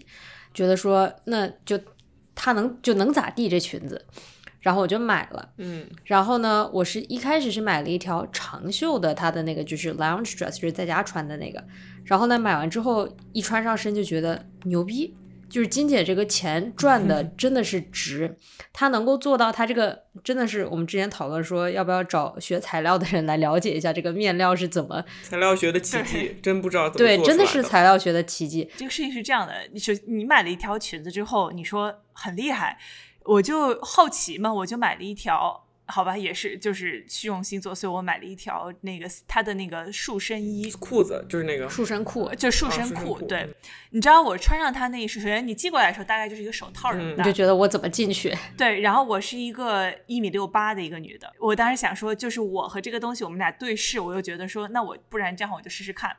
觉得说那就她能就能咋地这裙子，然后我就买了。
嗯
然后呢，我是一开始是买了一条长袖的，它的那个就是 lounge dress，就是在家穿的那个。然后呢，买完之后一穿上身就觉得牛逼，就是金姐这个钱赚的
嗯
真的是值，她能够做到她这个真的是我们之前讨论说要不要找学材料的人来了解一下这个面料是怎么
材料学的奇迹，真不知道怎么
哎对，
做
真
出
的
来
是
的
材料学的奇迹。
这个事情是这样的，你首你买了一条裙子之后，你说很厉害，我就好奇嘛，我就买了一条，好吧，也是就是虚荣心作祟，我买了一条那个它的那个束身衣，
裤子就是那个
束身裤
就束
啊
身
束身
裤，
裤
对
嗯，
你知道我穿上它那一瞬间，你寄过来的时候大概就是一个手套那么
嗯
你
大，
就觉得我怎么进去？
对，然后我是一个一米六八的一个女的，我当时想说，就是我和这个东西我们俩对视，我又觉得说，那我不然这样我就试试看。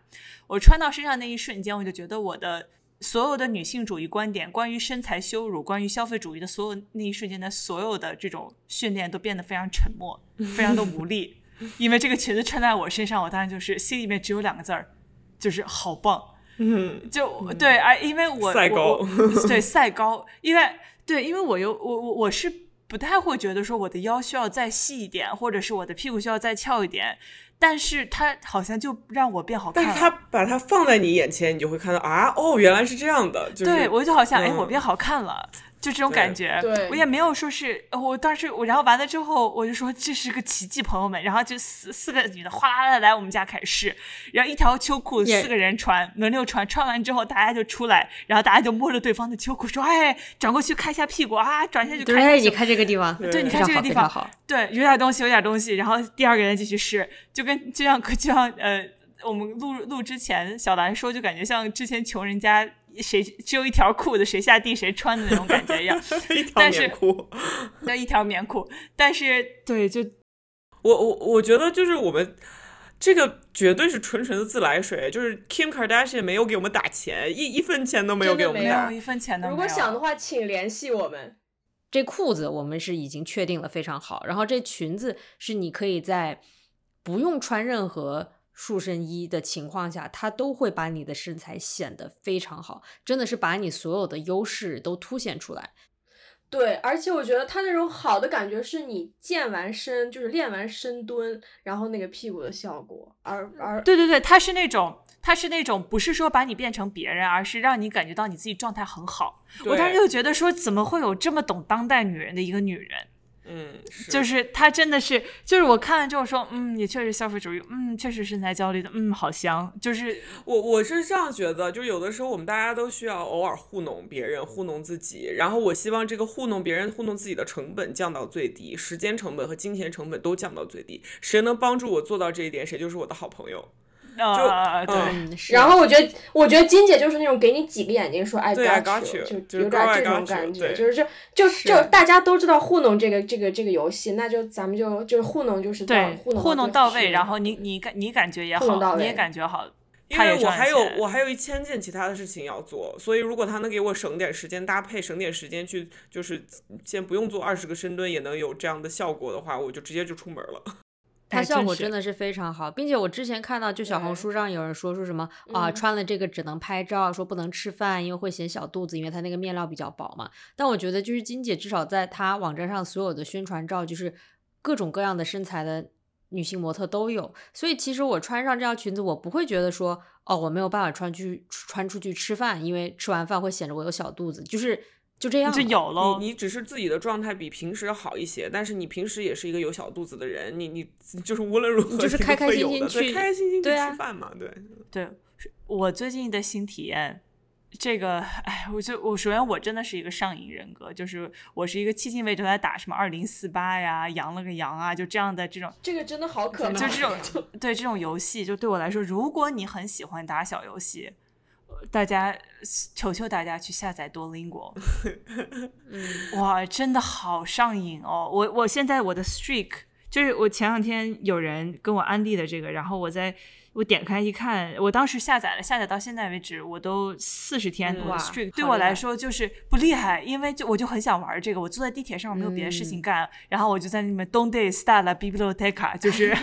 我穿到身上那一瞬间，我就觉得我的所有的女性主义观点，关于身材羞辱，关于消费主义的所有那一瞬间的所有的这种训练都变得非常沉默，非常的无力，
[laughs]
因为这个裙子穿在我身上，我当然就是心里面只有两个字儿，就是好棒。
嗯
就对，而因为我
赛
我
高
我 [laughs] 对赛高，因为对，因为我有我我我是不太会觉得说我的腰需要再细一点，或者是我的屁股需要再翘一点，但是它好像就让我变好看
但
了。
是他把它放在你眼前，你就会看到啊，哦，原来是这样的，就是
对我就好像哎，
嗯
我变好看了。就这种
对
感觉，
对
我也没有说是，呃我当时我，然后完了之后，我就说这是个奇迹，朋友们，然后就四四个女的哗啦啦来我们家开始试，然后一条秋裤
也
四个人穿，轮流穿，穿完之后大家就出来，然后大家就摸着对方的秋裤说，哎，转过去看一下屁股啊，转下去
对，
看一下
哎
屁
你
股
看这个地方，
对你
非
看
常
这个
好
地
非常
方
好。
对，有点东西，有点东西。然后第二个人继续试，就跟就像就像呃，我们录录之前小兰说，就感觉像之前穷人家谁只有一条裤子，谁下地谁穿的那种感觉一样，
[laughs] 一条
但是
棉裤。
那一条棉裤。但是 [laughs] 对，就
我我我觉得就是我们这个绝对是纯纯的自来水，就是 Kim Kardashian 没有给我们打钱，一一分钱都没有给我们
真
没
的
打
有。一分钱都没有。
如果想的话，请联系我们。
这裤子我们是已经确定了非常好，然后这裙子是你可以在不用穿任何束身衣的情况下，它都会把你的身材显得非常好，真的是把你所有的优势都凸显出来。
对，而且我觉得他那种好的感觉是你健完身，就是练完深蹲，然后那个屁股的效果，而而
对对对，它是那种。它是那种不是说把你变成别人，而是让你感觉到你自己状态很好。我当时
对
就觉得说，怎么会有这么懂当代女人的一个女人？
嗯，是
就是他真的是，就是我看了之后说，嗯，也确实消费主义，嗯，确实身材焦虑的，嗯，好香，就是
我我是这样觉得，就是有的时候我们大家都需要偶尔糊弄别人、糊弄自己，然后我希望这个糊弄别人、糊弄自己的成本降到最低，时间成本和金钱成本都降到最低。谁能帮助我做到这一点，谁就是我的好朋友。
呃，对，
嗯
嗯，是
然后我觉得，我觉得金姐就是那种给你几个眼睛说 “I
对，I
got
got
you”，
you，
就
就是
有
go
点
I
这
got
种
you，
感觉，
对
就是这就是就大家都知道糊弄这个这个这个游戏，那就咱们就就是糊弄就是到
对，
糊弄
糊弄到
最
位，
实
然后你你感你感觉也
糊弄到
好，你也
位
感觉好，
因
他也
为我
赚
还有
钱
我还有一千件其他的事情要做，所以如果他能给我省点时间搭配，省点时间去就是先不用做二十个深蹲也能有这样的效果的话，我就直接就出门了。
它
哎
效
真
果
是
真的是非常好，并且我之前看到，就小红
对
书上有人说说什么啊、
嗯
穿了这个只能拍照，说不能吃饭，因为会显小肚子，因为它那个面料比较薄嘛。但我觉得就是金姐至少在她网站上所有的宣传照，就是各种各样的身材的女性模特都有，所以其实我穿上这条裙子，我不会觉得说哦我没有办法穿去穿出去吃饭，因为吃完饭会显得我有小肚子，就是就这样
就
了
有喽。
你你只是自己的状态比平时好一些，但是你平时也是一个有小肚子的人，你你就是无论如何
你就是
你都
开开
会
心
有
心
的对
去
开开心心去
对啊
吃饭
[laughs]
嘛，对。
对我最近的新体验，这个， [sighs] 哎，我就我首先我真的是一个上瘾人格，就是我是一个迄今为止都在打什么二零四八呀、羊了个羊啊，就这样的这种
这个真的好可怕。
就这种对这种游戏，就对我来说，如果你很喜欢打小游戏，呃大家求求大家去下载多 l i n g
[laughs]
o
嗯
哇，真的好上瘾哦！我我现在我的 streak 就是我前两天有人跟我安利的这个，然后我在我点开一看，我当时下载了，下载到现在为止我都四十天，
嗯
我
哇
的 streak
好
对我
厉害
来说就是不厉害，因为就我就很想玩这个，我坐在地铁上我没有别的事
嗯
情干，然后我就在那边 donde está la biblioteca，就是。
[laughs]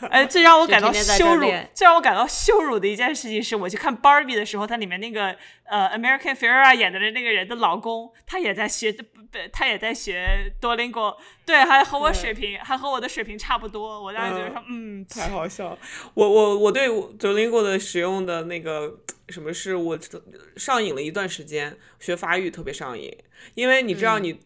哎，最让我
就
感到
天天在这
羞
儿
辱
练，
最让我感到羞辱的一件事情是，我去看 Barbie 的时候，它里面那个呃 American Ferrera 演的那个人的老公，他也在学，不不他也在学多邻国，对，还和
嗯
我水平，还和我的水平差不多。我当时觉得说，嗯，
太好笑了！我我我对 Duolingo 的使用的那个什么是我上瘾了一段时间，学法语特别上瘾，因为你知
嗯
道你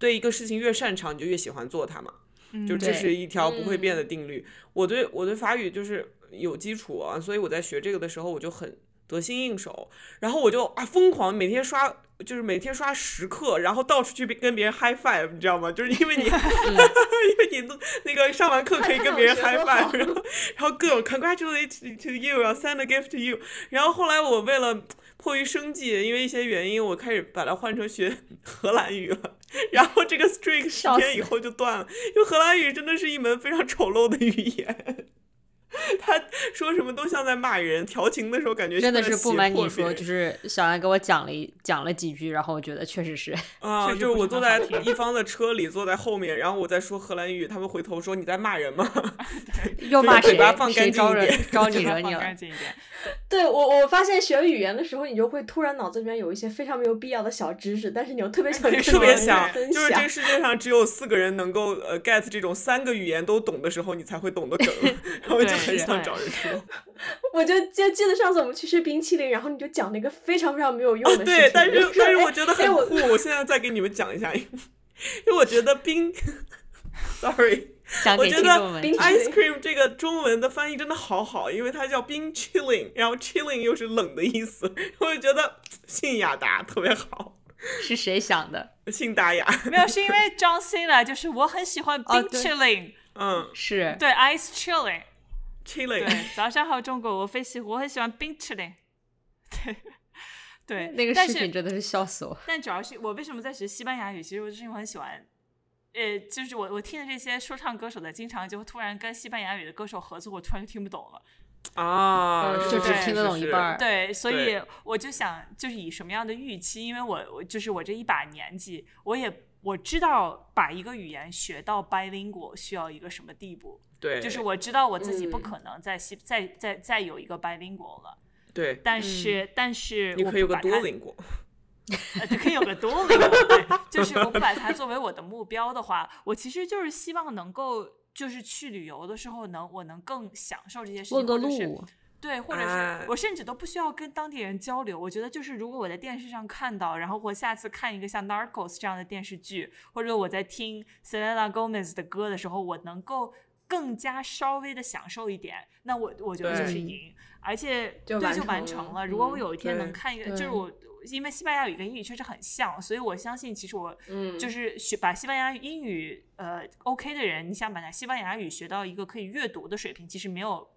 对一个事情越擅长，你就越喜欢做它嘛，
嗯
就这
对
是一条不会变的定律。我对我对法语就是有基础啊，所以我在学这个的时候我就很得心应手，然后我就啊疯狂每天刷。就是每天刷十课，然后到处去跟别人 high five，你知道吗？就是因为你，
[laughs]
因为你那个上完课可以跟别人 high
看到
five，然后然后各种 congratulate to you，然后 send a gift to you。然后后来我为了迫于生计，因为一些原因，我开始把它换成学荷兰语了。然后这个 streak 十
笑
天
死
以后就断了，因为荷兰语真的是一门非常丑陋的语言。 [laughs] 他说什么都像在骂人，调情的时候感觉
真的
像在
是不
胁
瞒
迫
你
别
说，
人
就是小安给我讲了一讲了几句，然后我觉得确实是，
啊，就
确实
是
不是
我
很
坐
好
在
听
[laughs]
一方的车里，坐在后面，然后我在说荷兰语，他们回头说你在骂人吗？
又
是
骂
嘴
谁
巴放干
谁
净
招
一
惹
点
招你
嘴巴
惹
[laughs]
你
放
啊了
干。净一点。
对我，我发现学语言的时候，你就会突然脑子里面有一些非常没有必要的小知识，但是你又特别想跟
特别
别人
想，
分
就是这
享
个。世界上只有四个人能够呃 get 这种三个语言都懂的时候，你才会懂的梗，然后就
对
很想
对
找人说。
我就就记得上次我们去吃冰淇淋，然后你就讲了一个非常非常没有用
哦
的，事情。
对，但
就是 [laughs] 说
但是
哎
我觉得
哎
很
我
酷，我现在再给你们讲一下，因为因为我觉得冰，sorry。
讲
我
给
觉
听
得
众们
冰
听。
淇
Ice
淋
cream 这个中文的翻译真的好好，因为它叫冰 chilling，然后 chilling 又是冷的意思，我就觉得信雅达特别好，
是谁想的？
信达雅，
没有，是因为 John Cena，就是我很喜欢
[laughs] 哦
Big
对
Chilling，
嗯
是
对 Ice Chilling，
，chilling，
对，早上好中国，我非喜我很喜欢 Big Chilling，对对，
那个
但
视
是
频真的是笑死我。
但主要是我为什么在学西班牙语，其实我就是因为我很喜欢，呃，就是我我听的这些说唱歌手的，经常就会突然跟西班牙语的歌手合作，我突然就听不懂了。
啊，
嗯
是
就是
只听
是
得懂一
是
半儿
对，所以
对
我就想，就是以什么样的预期？因为我我就是我这一把年纪，我也我知道把一个语言学到 bilingual 需要一个什么地步，
对，
就是我知道我自己不
嗯
可能再西、再再再有一个 bilingual 了。
对，
但是、但是
嗯你
我
可以有
不
个
把
多
它
邻国。
呃，对，可以有个多维度
[laughs]
对，就是我不把它作为我的目标的话，我其实就是希望能够，就是去旅游的时候能，我能更享受这些事情，
问个
或者是
路，
对，或者
啊
是我甚至都不需要跟当地人交流。我觉得就是，如果我在电视上看到，然后我下次看一个像《Narcos》这样的电视剧，或者我在听 Selena Gomez 的歌的时候，我能够更加稍微的享受一点，那我我觉得就是
对
赢，而且
就
对
完
就完
成
成
了
了。如果
嗯
我有一天
对
能看一个，就是
对
我因为西班牙语跟英语确实很像，所以我相信其实我
嗯
就是学把西班牙语英语呃 OK 的人，你想把它西班牙语学到一个可以阅读的水平，其实没有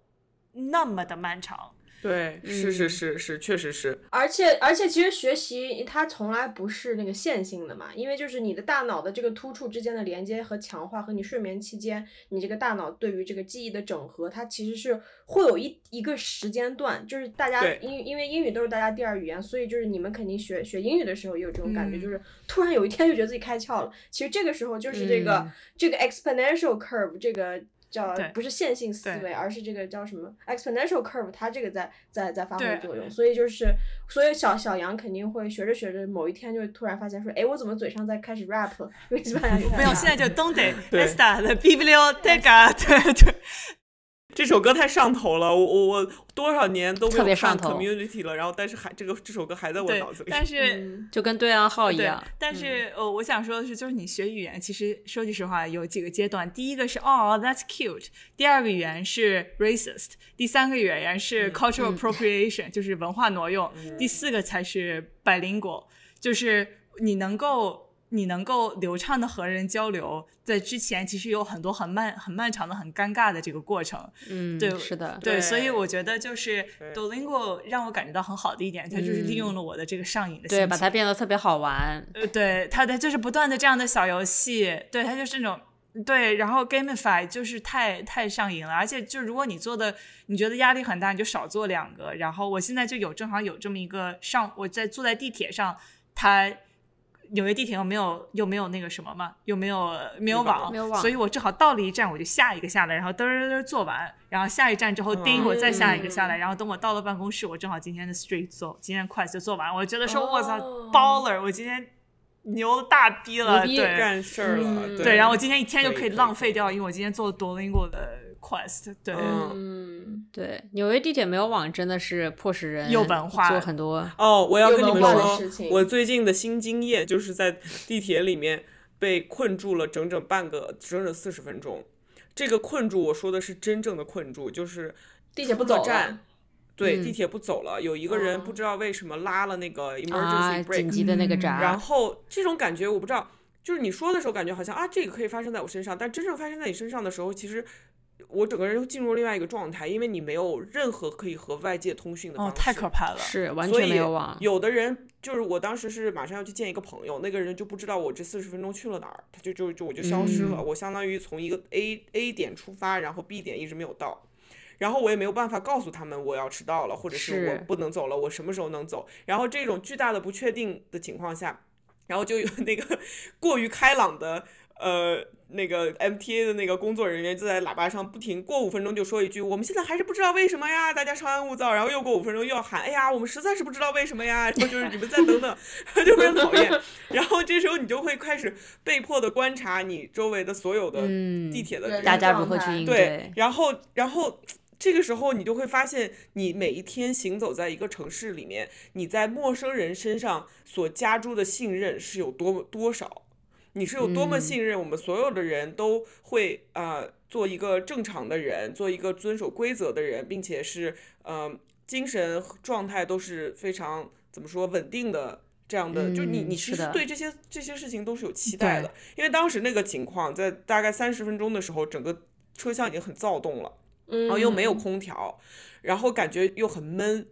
那么的漫长。
对，是
嗯
是是是，确实是，
而且而且，其实学习它从来不是那个线性的嘛，因为就是你的大脑的这个突触之间的连接和强化，和你睡眠期间你这个大脑对于这个记忆的整合，它其实是会有一一个时间段，就是大家
对
因因为英语都是大家第二语言，所以就是你们肯定学学英语的时候也有这种感觉，
嗯
就是突然有一天就觉得自己开窍了。其实这个时候就是这个、
嗯
这个 exponential curve 这个。叫
对
不是线性思
对
维，而是这个叫什么 exponential curve，它这个在在在发挥
对
作用，所以就是，所以小小杨肯定会学着学着，某一天就会突然发现说，哎，我怎么嘴上在开始 rap？了因为西班牙语
没有，现在就 Donde
对
esta la biblioteca，对对，
这首歌太上头了，我我我多少年都没
特
有
别
看
上头
Community 了，然后但是还这个这首歌还在我
对
脑子里。
但是。
嗯
就跟对暗号一
对
样，，嗯
但是呃，我想说的是，就是你学语言，其实说句实话，有几个阶段。第一个是哦，that's cute；第二个语言是 racist；第三个语言
嗯
是 cultural appropriation，、就是文化挪用；第四个才是 bilingual，就是你能够。你能够流畅的和人交流，在之前其实有很多很漫很漫长的、很尴尬的这个过程，
嗯，
对
是的，
对，所以
对
我觉得就是
对
Duolingo 让我感觉到很好的一点，它就是利用了我的这个上瘾的心
嗯对，
情，
把它变得特别好玩，
呃，对，它的就是不断的这样的小游戏，对，它就是那种。对，然后 gamify 就是太太上瘾了，而且就如果你做的你觉得压力很大，你就少做两个。然后我现在就有正好有这么一个上，我在坐在地铁上，它纽约地铁又没有又没有那个什么嘛，又没有没有网，
没有网
所以我正好到了一站我就下一个下来，然后嘚儿嘚儿做完，然后下一站之后
嗯
叮我再下一个下来，然后等我到了办公室，我正好今天的 street 做，今天 quest 就做完，我觉得说我操
哦
baller，我今天牛大逼了，
牛逼
对
干事儿了，
嗯
对，然后我今天一天就
可以
可以
可以
浪费掉，因为我今天做了 Duolingo 的 quest，对，哦
嗯
嗯，
对，纽约地铁没有网真的是迫使人
有文化
做很多，
哦，我要
有
跟你
文
们
化的事
说
情，
我最近的新经验就是在地铁里面被困住了整整半个，整整四十分钟。这个困住，我说的是真正的困住，就是
地铁不
出了
走了
站，对，
嗯
地铁不走了，有一个人
哦
不知道为什么拉了那个
啊，
emergency
紧
brake，
急的那个
嗯
闸，
然后这种感觉我不知道，就是你说的时候感觉好像啊，这个可以发生在我身上，但真正发生在你身上的时候，其实我整个人又进入另外一个状态，因为你没有任何可以和外界通讯的方
哦
式，，
太可怕了，
是完
所
全
以
没有网，
有的人就是我当时是马上要去见一个朋友，那个人就不知道我这四十分钟去了哪儿，他就就就我就消失了，
嗯
我相当于从一个 A A 点出发，然后 B 点一直没有到。然后我也没有办法告诉他们我要迟到了，或者是
是
我不能走了，我什么时候能走？然后这种巨大的不确定的情况下，然后就有那个 [laughs] 过于开朗的呃那个 MTA 的那个工作人员就在喇叭上不停过五分钟就说一句，我们现在还是不知道为什么呀，大家稍安勿躁，然后又过五分钟又要喊，哎呀，我们实在是不知道为什么呀，然后就是你们再等 [laughs] 等，就非常讨厌。然后这时候你就会开始被迫的观察你周围的所有的
嗯
地铁的
对
人
大
人
家如何
状
去
态
应
对，然后然后这个时候你就会发现，你每一天行走在一个城市里面，你在陌生人身上所加注的信任是有多么多少，你是有多么
嗯
信任我们所有的人都会呃做一个正常的人，做一个遵守规则的人，并且是呃精神状态都是非常怎么说稳定的。这样的，就你
嗯
你
是
其实
的
对这些这些事情都是有期待
对
的，因为当时那个情况，在大概三十分钟的时候，整个车厢已经很躁动了，
然
嗯
然后哦又没有空调，然后感觉又很闷，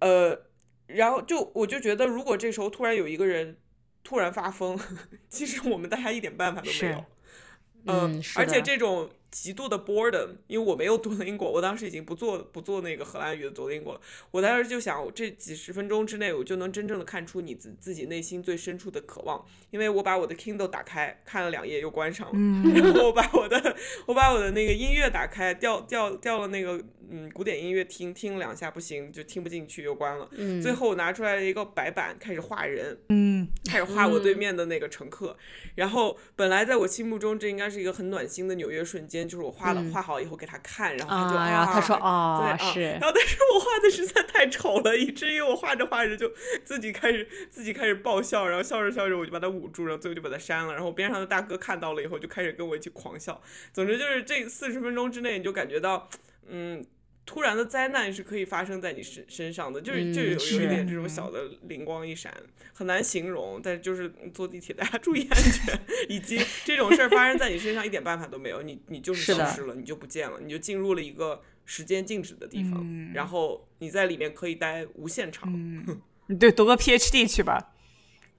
呃，然后就我就觉得，如果这时候突然有一个人突然发疯， [laughs] 其实我们大家一点办法都没有
是。
嗯，是
呃而且
的
这种极度的 boredom，因为我没有读英国，我当时已经不做不做那个荷兰语的读英国了。我当时就想，我这几十分钟之内，我就能真正的看出你自自己内心最深处的渴望。因为我把我的 Kindle 打开，看了两页又关上了。
嗯，
然后我把我的我把我的那个音乐打开，调调调了那个嗯古典音乐听听了两下不行，就听不进去又关了。
嗯，
最后我拿出来了一个白板，开始画人，
嗯，
开始画我对面的那个乘客。然后本来在我心目中这应该是一个很暖心的纽约瞬间，就是我画了、
嗯
画好以后给他看，然后他就、
啊，然后他说
对
哦
啊，
是
然，后但是我画的实在太丑了，以至于我画着画着就自己开始自己开始爆笑，然后笑着笑着我就把它捂住，然后最后就把它删了。然后边上的大哥看到了以后就开始跟我一起狂笑。总之就是这四十分钟之内，你就感觉到，嗯。突然的灾难是可以发生在你身身上的，就是就有
嗯是
有一点这种小的灵光一闪，很难形容。但是就是坐地铁，大家注意安全，以及这种事儿发生在你身上一点办法都没有，你你就是
是
消
的
失了，你就不见了，你就进入了一个时间静止的地方，
嗯
然后你在里面可以待无限长。
嗯，你对，读个 PhD 去吧。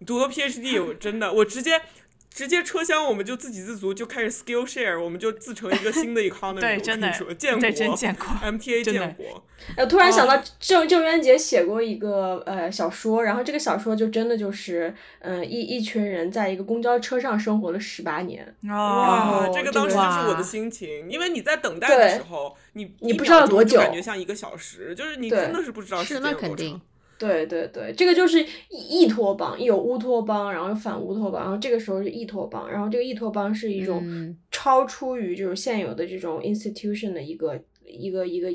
读个 PhD，我真的我直接。直接车厢，我们就自给自足，就开始 Skillshare，我们就自成一个新的 economy。
对
我跟
真
你
的
说建国
对，真
[laughs]
见过。
MTA
真的
建国，
呃，突然想到郑郑渊洁写过一个呃小说，然后这个小说就真的就是，嗯、一一群人在一个公交车上生活了十八年，
哇，
哦
这个
这
当
个
时就是我的
哇
心情，因为你在等待的
对
时候，你
你
一
不
秒
知道
钟
多
就
久
感觉像一个小时，就是你
对
真的是不知道时
是
间
那
有多
肯
长。
定，
对对对，这个就是异异托邦，有乌托邦，然后有反乌托邦，然后这个时候是异托邦，然后这个异托邦是一种
嗯
超出于就是现有的这种 institution 的一个一个一个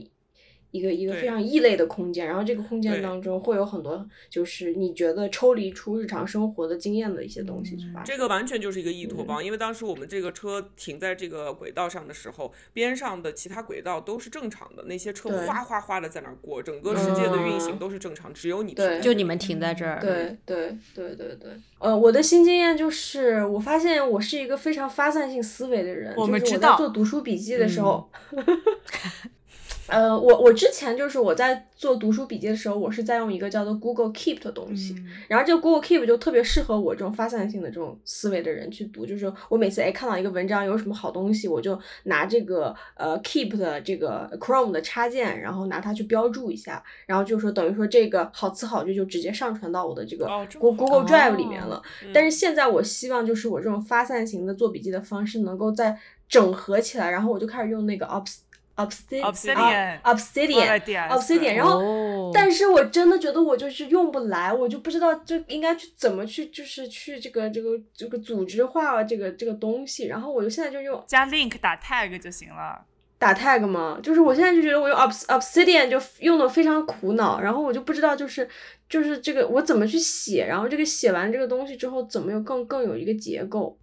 一个一个
对
非常异类的空间，然后这个空间
对
当中会有很多就是你觉得抽离出日常生活的经验的一些东西去发生。
嗯这个完全就是一个异托邦，因为当时我们这个车停在这个轨道上的时候，边上的其他轨道都是正常的，那些车
对
哗哗哗的在那儿过，整个世界的运行
嗯
都是正常，只有你
对
停
就你们停在这儿，
对对对对对，呃，我的新经验就是，我发现我是一个非常发散性思维的人。
我们
就是
知
我在
道嗯
做读书笔记的时候， [laughs] 呃，我我之前就是我在做读书笔记的时候，我是在用一个叫做 Google Keep 的东西，然后这个 Google Keep 就特别适合我这种发散性的这种思维的人去读，就是我每次哎看到一个文章有什么好东西，我就拿这个呃 Keep 的这个 Chrome 的插件，然后拿它去标注一下，然后就说等于说这个好词好句就直接上传到我的这个
哦这么
Go-
好
Google Drive 里
哦
面了。
嗯
但是现在我希望就是我这种发散型的做笔记的方式能够再整合起来，然后我就开始用那个 Obs
Obsidian
Obsidian Obsidian Obsidian，然哦后。
哦
但是我真的觉得我就是用不来，我就不知道就应该去怎么去，就是去这个这个这个组织化啊这个这个东西。然后我就现在就用
加 link 打 tag 就行了。
打 tag 嘛，就是我现在就觉得我用 obs obsidian 就用的非常苦恼，然后我就不知道就是就是这个我怎么去写，然后这个写完这个东西之后怎么有更更有一个结构。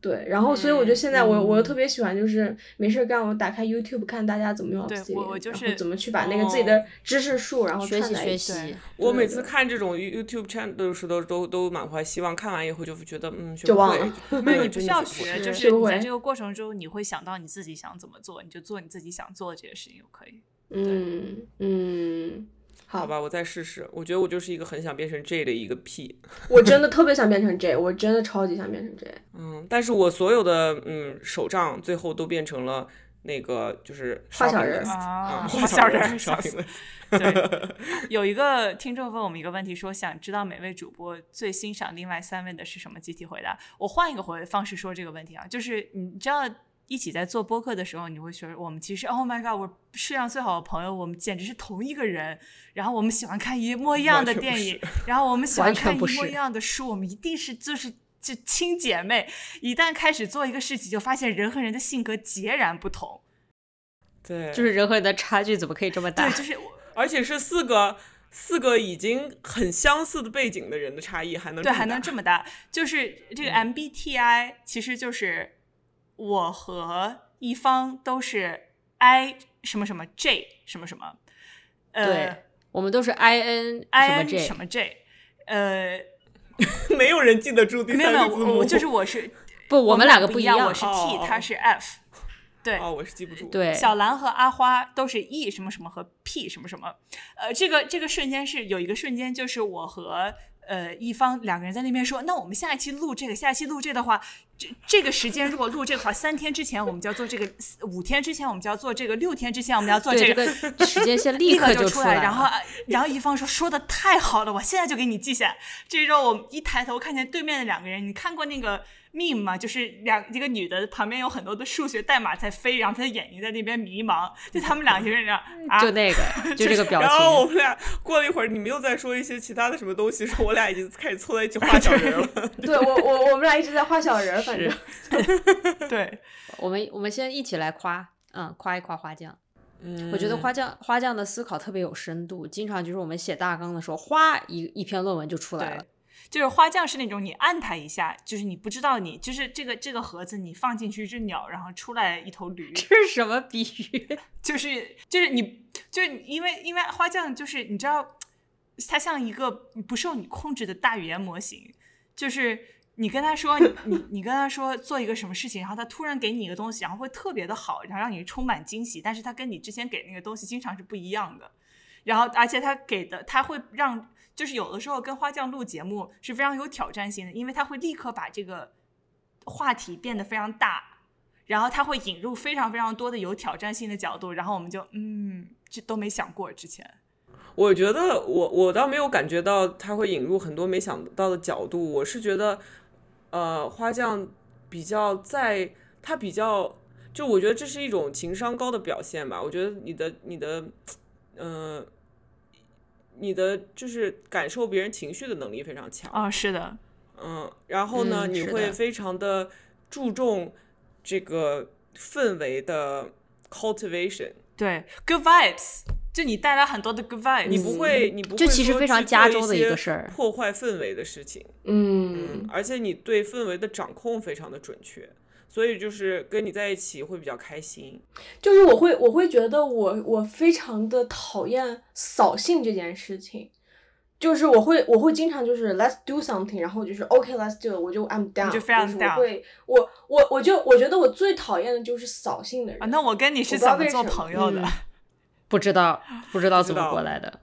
对，然后所以我就现在我、我又特别喜欢，就是没事儿干，我打开 YouTube 看大家怎么用
对
Obsidian，
我我就
然后
是
怎么去把那个
哦
自己的知识树，然后
学
串
习
在一
学
起。
习
对，
我每
对
次
对
看这种 You- YouTube channel 的时候，都都满怀希望，看完以后就觉得嗯，学
就
不
忘
会
了。
没有，
对
你不
真
需
的
要
学不
学，
会
就
学
是
不
你在
会
这个过程中，你会想到你自己想怎么做，你就做你自己想做的这些事情就可以。
嗯嗯，
好吧，我再试试。我觉得我就是一个很想变成 J 的一个 P，
我真的特别想变成 J，我真的超级想变 [laughs] 成 J。
嗯，但是我所有的嗯手账最后都变成了那个就是
画小
shopping
人
list，
啊
嗯
画小人
人
儿笑
shopping
死
list
对，有一个听众问我们一个问题，说想知道每位主播最欣赏另外三位的是什么？集体回答。我换一个回方式说这个问题啊，就是你知道一起在做播客的时候，你会觉得我们其实 Oh my God，我世界上最好的朋友，我们简直是同一个人。然后我们喜欢看一模一样的
完全不
电
是
影，然后我们喜欢
完全
看一
不
模
是
一样的书，我们一定是就是。就亲姐妹，一旦开始做一个事情，就发现人和人的性格截然不同。
对，
就是人和人的差距怎么可以这么大
对，？就是我
而且是四个四个已经很相似的背景的人的差异，还能
对，
么
还能
大
这么大。就是这
嗯
个 MBTI，、其实就是我和一方都是 I 什么什么 J 什么什么，
对
呃
我们都是 I N
，I
什么
N
J，
什么 J，呃，
[laughs] 没有人记得住第
没有
三
没有，
个字
我
母，
我就是我是，
不，我们
俩
两个
不
不一
样，
样
我是
哦
T，
哦
他
哦
是 F，对，
哦，我是记不住。，
对，
小兰和阿花都是 E 什么什么和 P 什么什么，呃，这个这个瞬间是有一个瞬间，就是我和呃一方两个人在那边说，那我们下一期录这个，下一期录这个的话，这这个时间如果录这个的话，三天之前我们就要做这个，四五天之前我们就要做这个，六天之前我们要做
对
这
这
个。
个时间线
立
刻
就
出
来，
了。
然后，呃然后一方说说的太好了，我现在就给你记下来。这时候我一抬头看见对面的两个人，你看过那个 meme 吗？就是两一个女的旁边有很多的数学代码在飞，然后她的眼睛在那边迷茫，就他们俩就在那儿啊，
[laughs] 就那个，就这个表
然后我
情，
们俩过了一会儿，你们又在说一些
[laughs]
其他的什么东西，说我俩已经开始凑在一起画小人了。
对我我我们俩一直在画小人儿，反本
是
的。
对，
我们我们先一起来夸，嗯，夸一夸花匠。
嗯
我觉得花匠花匠的思考特别有深度，经常就是我们写大纲的时候，哗一一篇论文就出来了。
就是花匠是那种你按它一下，就是你不知道你就是这个这个盒子你放进去一只鸟，然后出来一头驴，
[laughs] 这是什么比喻？
就是就是你就是因为因为花匠就是你知道，它像一个不受你控制的大语言模型，就是你跟他说你你你跟他说做一个什么事情，然后他突然给你一个东西，然后会特别的好，然后让你充满惊喜，但是他跟你之前给那个东西经常是不一样的，然后而且他给的他会让就是有的时候跟花匠录节目是非常有挑战性的，因为他会立刻把这个话题变得非常大，然后他会引入非常非常多的有挑战性的角度，然后我们就嗯，这都没想过之前。
我觉得我我倒没有感觉到他会引入很多没想到的角度，我是觉得，呃，花匠比较在，他比较，就我觉得这是一种情商高的表现吧。我觉得你的你的，嗯、你的就是感受别人情绪的能力非常强。
啊、是的，
嗯，然后呢，
嗯
你
是
会
的
非常的注重这个氛围的 cultivation，
对，good vibes，就你带来很多的 good vibes，
你不会，你不
嗯这
会
其实
说
非常
去
加
做
州的
一
一个
些
事儿
破坏氛围的事情。
嗯，
而且你对氛围的掌控非常的准确，所以就是跟你在一起会比较开心。
就是我会我会觉得我我非常的讨厌扫兴这件事情，就是我会我会经常就是 let's do something，然后我就是 OK let's do，it，我就 I'm down，
就非常
是
down
我会我我我就我觉得我最讨厌的就是扫兴的人。
啊，那我跟你是
我不知道
怎么
为
做
什么
朋友的？
嗯不知道不知道
不知
怎么
道
过来的。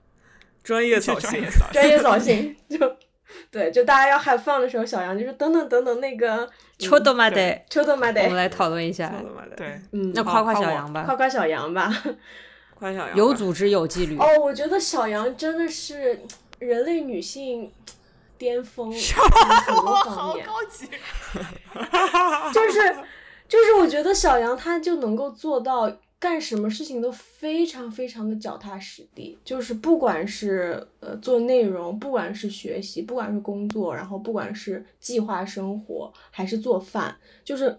专
[laughs]
业
就
扫
专
兴
业，扫
专业扫兴 [laughs] 就对，就大家要 have fun 的时候，小杨就说等等等等那个
ち
嗯
ょっと待って，
秋冬嘛
我们
得
来讨论一下
操。他妈的，
对， [laughs]
嗯
那
好
夸夸
夸
小
我
杨吧
夸，夸小杨吧。
夸小杨
有
吧
组织有纪律。
哦，我觉得小杨真的是人类女性巅峰，很多
哇，
方
好
面。
高级， [laughs]
[laughs] 就是就是，我觉得小杨他就能够做到干什么事情都非常非常的脚踏实地，就是不管是呃做内容，不管是学习，不管是工作，然后不管是计划生活还是做饭，就是。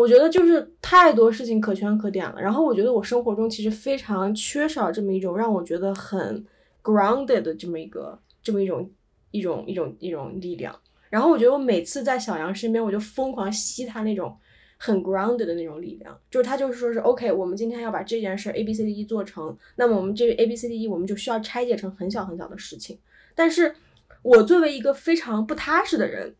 我觉得就是太多事情可圈可点了，然后我觉得我生活中其实非常缺少这么一种让我觉得很 grounded 的这么一个这么一种一种一种一种力量。然后我觉得我每次在小杨身边，我就疯狂吸他那种很 grounded 的那种力量，就是他就是说是 OK，我们今天要把这件事 A B C D E 做成，那么我们这个 A B C D E 我们就需要拆解成很小很小的事情。但是我作为一个非常不踏实的人，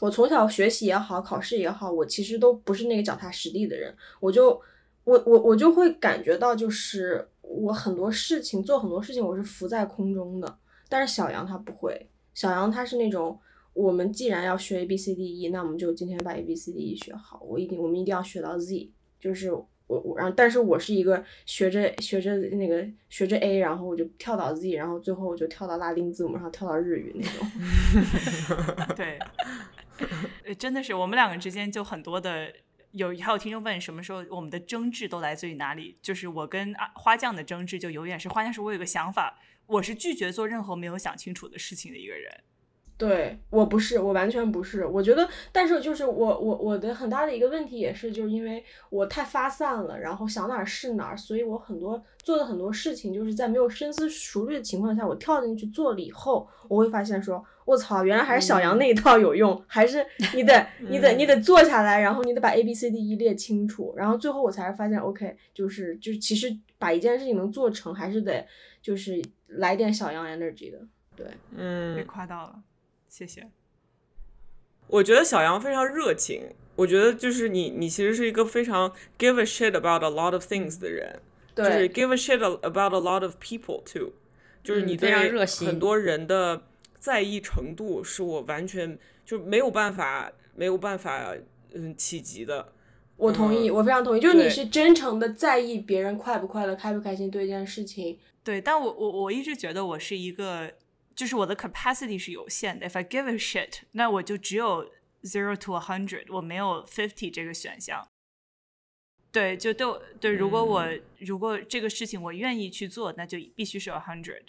我从小学习也好，考试也好，我其实都不是那个脚踏实地的人，我就我我我就会感觉到就是我很多事情做很多事情我是浮在空中的，但是小杨他不会，小杨他是那种，我们既然要学 A B C D E，那我们就今天把 A B C D E 学好，我一定我们一定要学到 Z，就是我我然后但是我是一个学着学着那个学着 A，然后我就跳到 Z，然后最后我就跳到拉丁字母，然后跳到日语那种。
对，呃真的是我们两个之间就很多的。有还有听众问什么时候我们的争执都来自于哪里？就是我跟啊花匠的争执就永远是花匠是我有个想法，我是拒绝做任何没有想清楚的事情的一个人。
对我不是，我完全不是。我觉得，但是就是我我我的很大的一个问题也是，就是因为我太发散了，然后想哪儿是哪儿，所以我很多做的很多事情，就是在没有深思熟虑的情况下，我跳进去做了以后，我会发现说，我操，原来还是
嗯
小杨那一套有用，还是
[laughs]
你得你得你得坐下来，然后你得把 A B C D E 列清楚，然后最后我才发现，OK，就是就是其实把一件事情能做成，还是得就是来点小杨 energy 的。
被
嗯，
夸到了，谢谢。
我觉得小杨非常热情。我觉得就是你，你其实是一个非常 give a shit about a lot of things 的人，就
对，
是 give a shit about a lot of people too，就是
嗯
你
非
对
常热心
很多人的在意程度是我完全就没有办法没有办法嗯企及的。
我同意，
嗯
我非常同意，就是你
对
是真诚的在意别人快不快乐、开不开心对一件事情。
对，但我我我一直觉得我是一个，就是我的 capacity 是有限的。If I give a shit，那我就只有 zero to a hundred，我没有 fifty 这个选项。对，就对我对，如果我、如果这个事情我愿意去做，那就必须是 a hundred。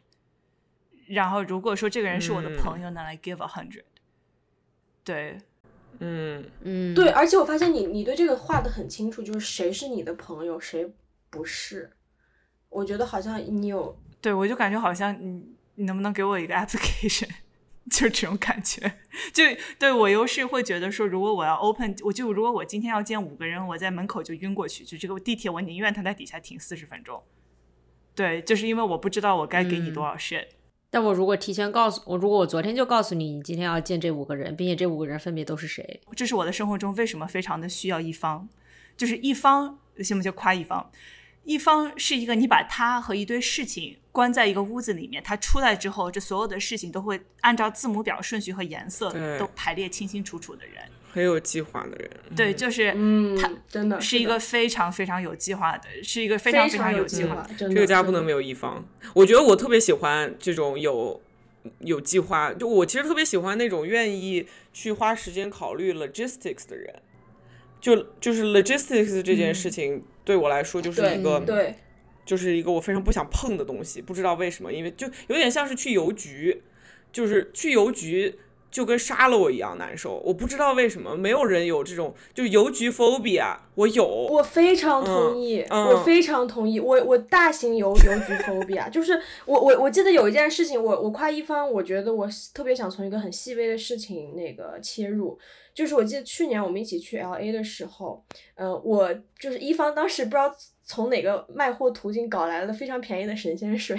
然后如果说这个人是我的朋友，那来 give a hundred。对，
嗯，
嗯，
对，而且我发现你你对这个画的很清楚，就是谁是你的朋友，谁不是。我觉得好像你有，
对我就感觉好像你你能不能给我一个 [laughs] application，就这种感觉。就对我又是会觉得说，如果我要 open，我就如果我今天要见五个人，我在门口就晕过去，就这个地铁我宁愿它在底下停四十分钟。对，就是因为我不知道我该给你多少 shit。
但我如果提前告诉我，如果我昨天就告诉你，你今天要见这五个人，并且这五个人分别都是谁， [laughs]
这是我的生活中为什么非常的需要一方，就是一方行不行？夸一方，一方是一个你把他和一堆事情关在一个屋子里面，他出来之后，这所有的事情都会按照字母表顺序和颜色
对嗯
都排列清清楚楚的人。
很有计划的人，
对，就是
嗯
他，
真的
是一
的
个非常非常有计划的，是一个非
非
常非常
有
计
计
划
划
的。，
真的
这个家
真
不
的
能没有一方。我觉得我特别喜欢这种有有计划，就我其实特别喜欢那种愿意去花时间考虑 logistics 的人。就就是 logistics 这件事情对我来说就是一个、
对，
就是一个我非常不想碰的东西，不知道为什么，因为就有点像是去邮局，就是去邮局就跟杀了我一样难受，我不知道为什么，没有人有这种就是邮局 phobia，我有，
我非常同意，
嗯
我非常同意。我我大型邮邮局 phobia，就是我我我记得有一件事情，我我夸一方，我觉得我特别想从一个很细微的事情那个切入，就是我记得去年我们一起去 L A 的时候，呃，我就是一方当时不知道从哪个卖货途径搞来了非常便宜的神仙水，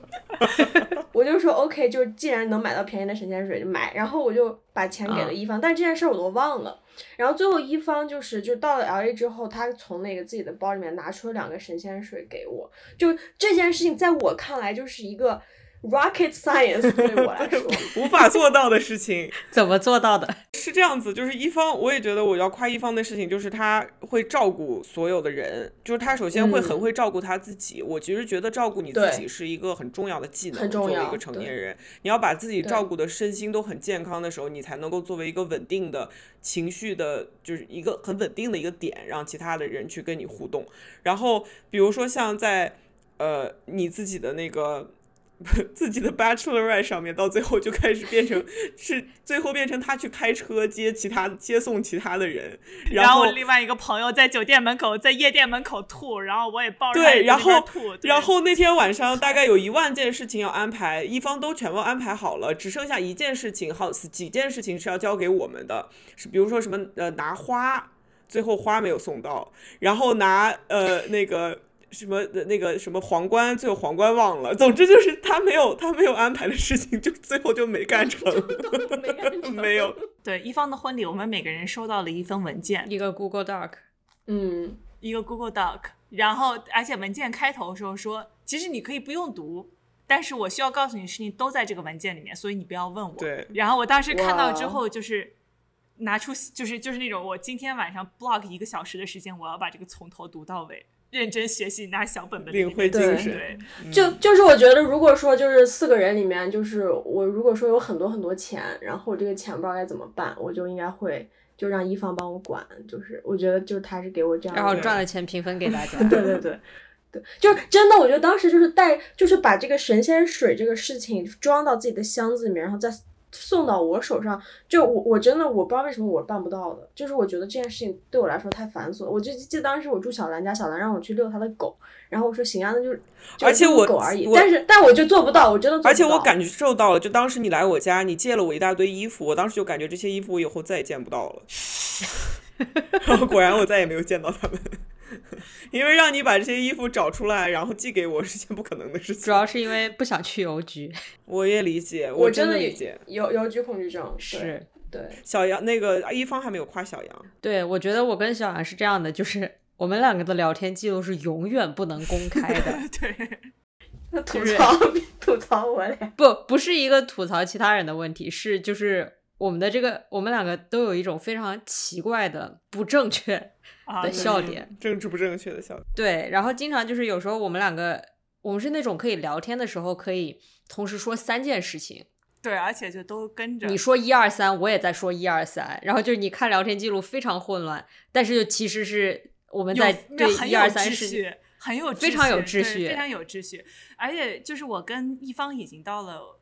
[laughs] 我就说 OK，就是既然能买到便宜的神仙水就买，然后我就把钱给
嗯
了一方，但这件事儿我都忘了。然后最后一方就是就到了 L A 之后，他从那个自己的包里面拿出了两个神仙水给我，就这件事情在我看来就是一个 rocket science 对我来说，
无法做到的事情，
怎么做到的？ [laughs]
是这样子，就是一方，我也觉得我要夸一方的事情，就是他会照顾所有的人，就是他首先会很
嗯
会照顾他自己。我其实觉得照顾你自
对
己是一个很重要的技能，
很重
作为一
要
个成
对
年人，你要把自己
对
照顾的身心都很健康的时候，你才能够作为一个稳定的情绪的，就是一个很稳定的一个点，让其他的人去跟你互动。然后比如说像在呃你自己的那个 [laughs] 自己的 bachelorette 上面，到最后就开始变成 [laughs] 是最后变成他去开车接其他接送其他的人，
然
后
我另外一个朋友在酒店门口，在夜店门口吐，然后我也抱着
对
他一块
然后
吐，对
然后那天晚上大概有一万件事情要安排，一方都全部安排好了，只剩下一件事情，好几件事情是要交给我们的，是比如说什么呃拿花，最后花没有送到，然后拿呃那个什么呃那个什么皇冠，最后皇冠忘了，总之就是他没有他没有安排的事情，就最后就没干成，
没干
[laughs]
成
没有，
对一方的婚礼，我们每个人收到了一份文件，
一个 Google Doc，
嗯，
一个 Google Doc，然后而且文件开头的时候说，其实你可以不用读，但是我需要告诉你的事情都在这个文件里面，所以你不要问我。 [laughs]
对
然后我当时看到之
哦
哇
后，就是拿出就是就是那种我今天晚上 block 一个小时的时间，我要把这个从头读到尾，认真学习，拿小本本
领会
对
精神。
对，，
就就是我觉得，如果说就是四个人里面，就是我如果说有很多很多钱，然后我这个钱不知道该怎么办，我就应该会就让一方帮我管，就是我觉得就是他是给我这样的，
然后赚了钱平分给大家。 [laughs]
对对对。对，就是真的，我觉得当时就是带，就是把这个神仙水这个事情装到自己的箱子里面，然后再送到我手上。就我我真的我不知道为什么我办不到的，就是我觉得这件事情对我来说太繁琐了。我就记得当时我住小兰家，小兰让我去遛她的狗，然后我说行啊，那就就
而且
遛
我
狗而已，
我
但是但我就做不到，我真的做不到。
而且我感受到了，就当时你来我家，你借了我一大堆衣服，我当时就感觉这些衣服我以后再也见不到了。 [laughs] 然后果然我再也没有见到他们， [laughs] 因为让你把这些衣服找出来，然后寄给我是件不可能的事情。
主要是因为不想去邮局，
我也理解，
我
真
真
的
的
理解。
有有惧恐惧症，对
是
对，
小杨那个啊一方还没有夸小杨，
对，我觉得我跟小杨是这样的，就是我们两个的聊天记录是永远不能公开的 [laughs]
对， [laughs]
那吐
是
槽 [laughs] 吐槽我俩，
不，不是一个吐槽其他人的问题，是就是我们的这个，我们两个都有一种非常奇怪的不正确
啊，
的
对
笑点，
政治不正确的小杨，
对，然后经常就是有时候我们两个，我们是那种可以聊天的时候可以同时说三件事情，
对，而且就都跟着
你说一二三，我也在说一二三，然后就是你看聊天记录非常混乱，但是就其实是我们
有
在
那
对
很
一
有
二三
秩
事情
序，很有
非常有
秩
秩序
对非常有秩序。而且就是我跟一方已经到了，我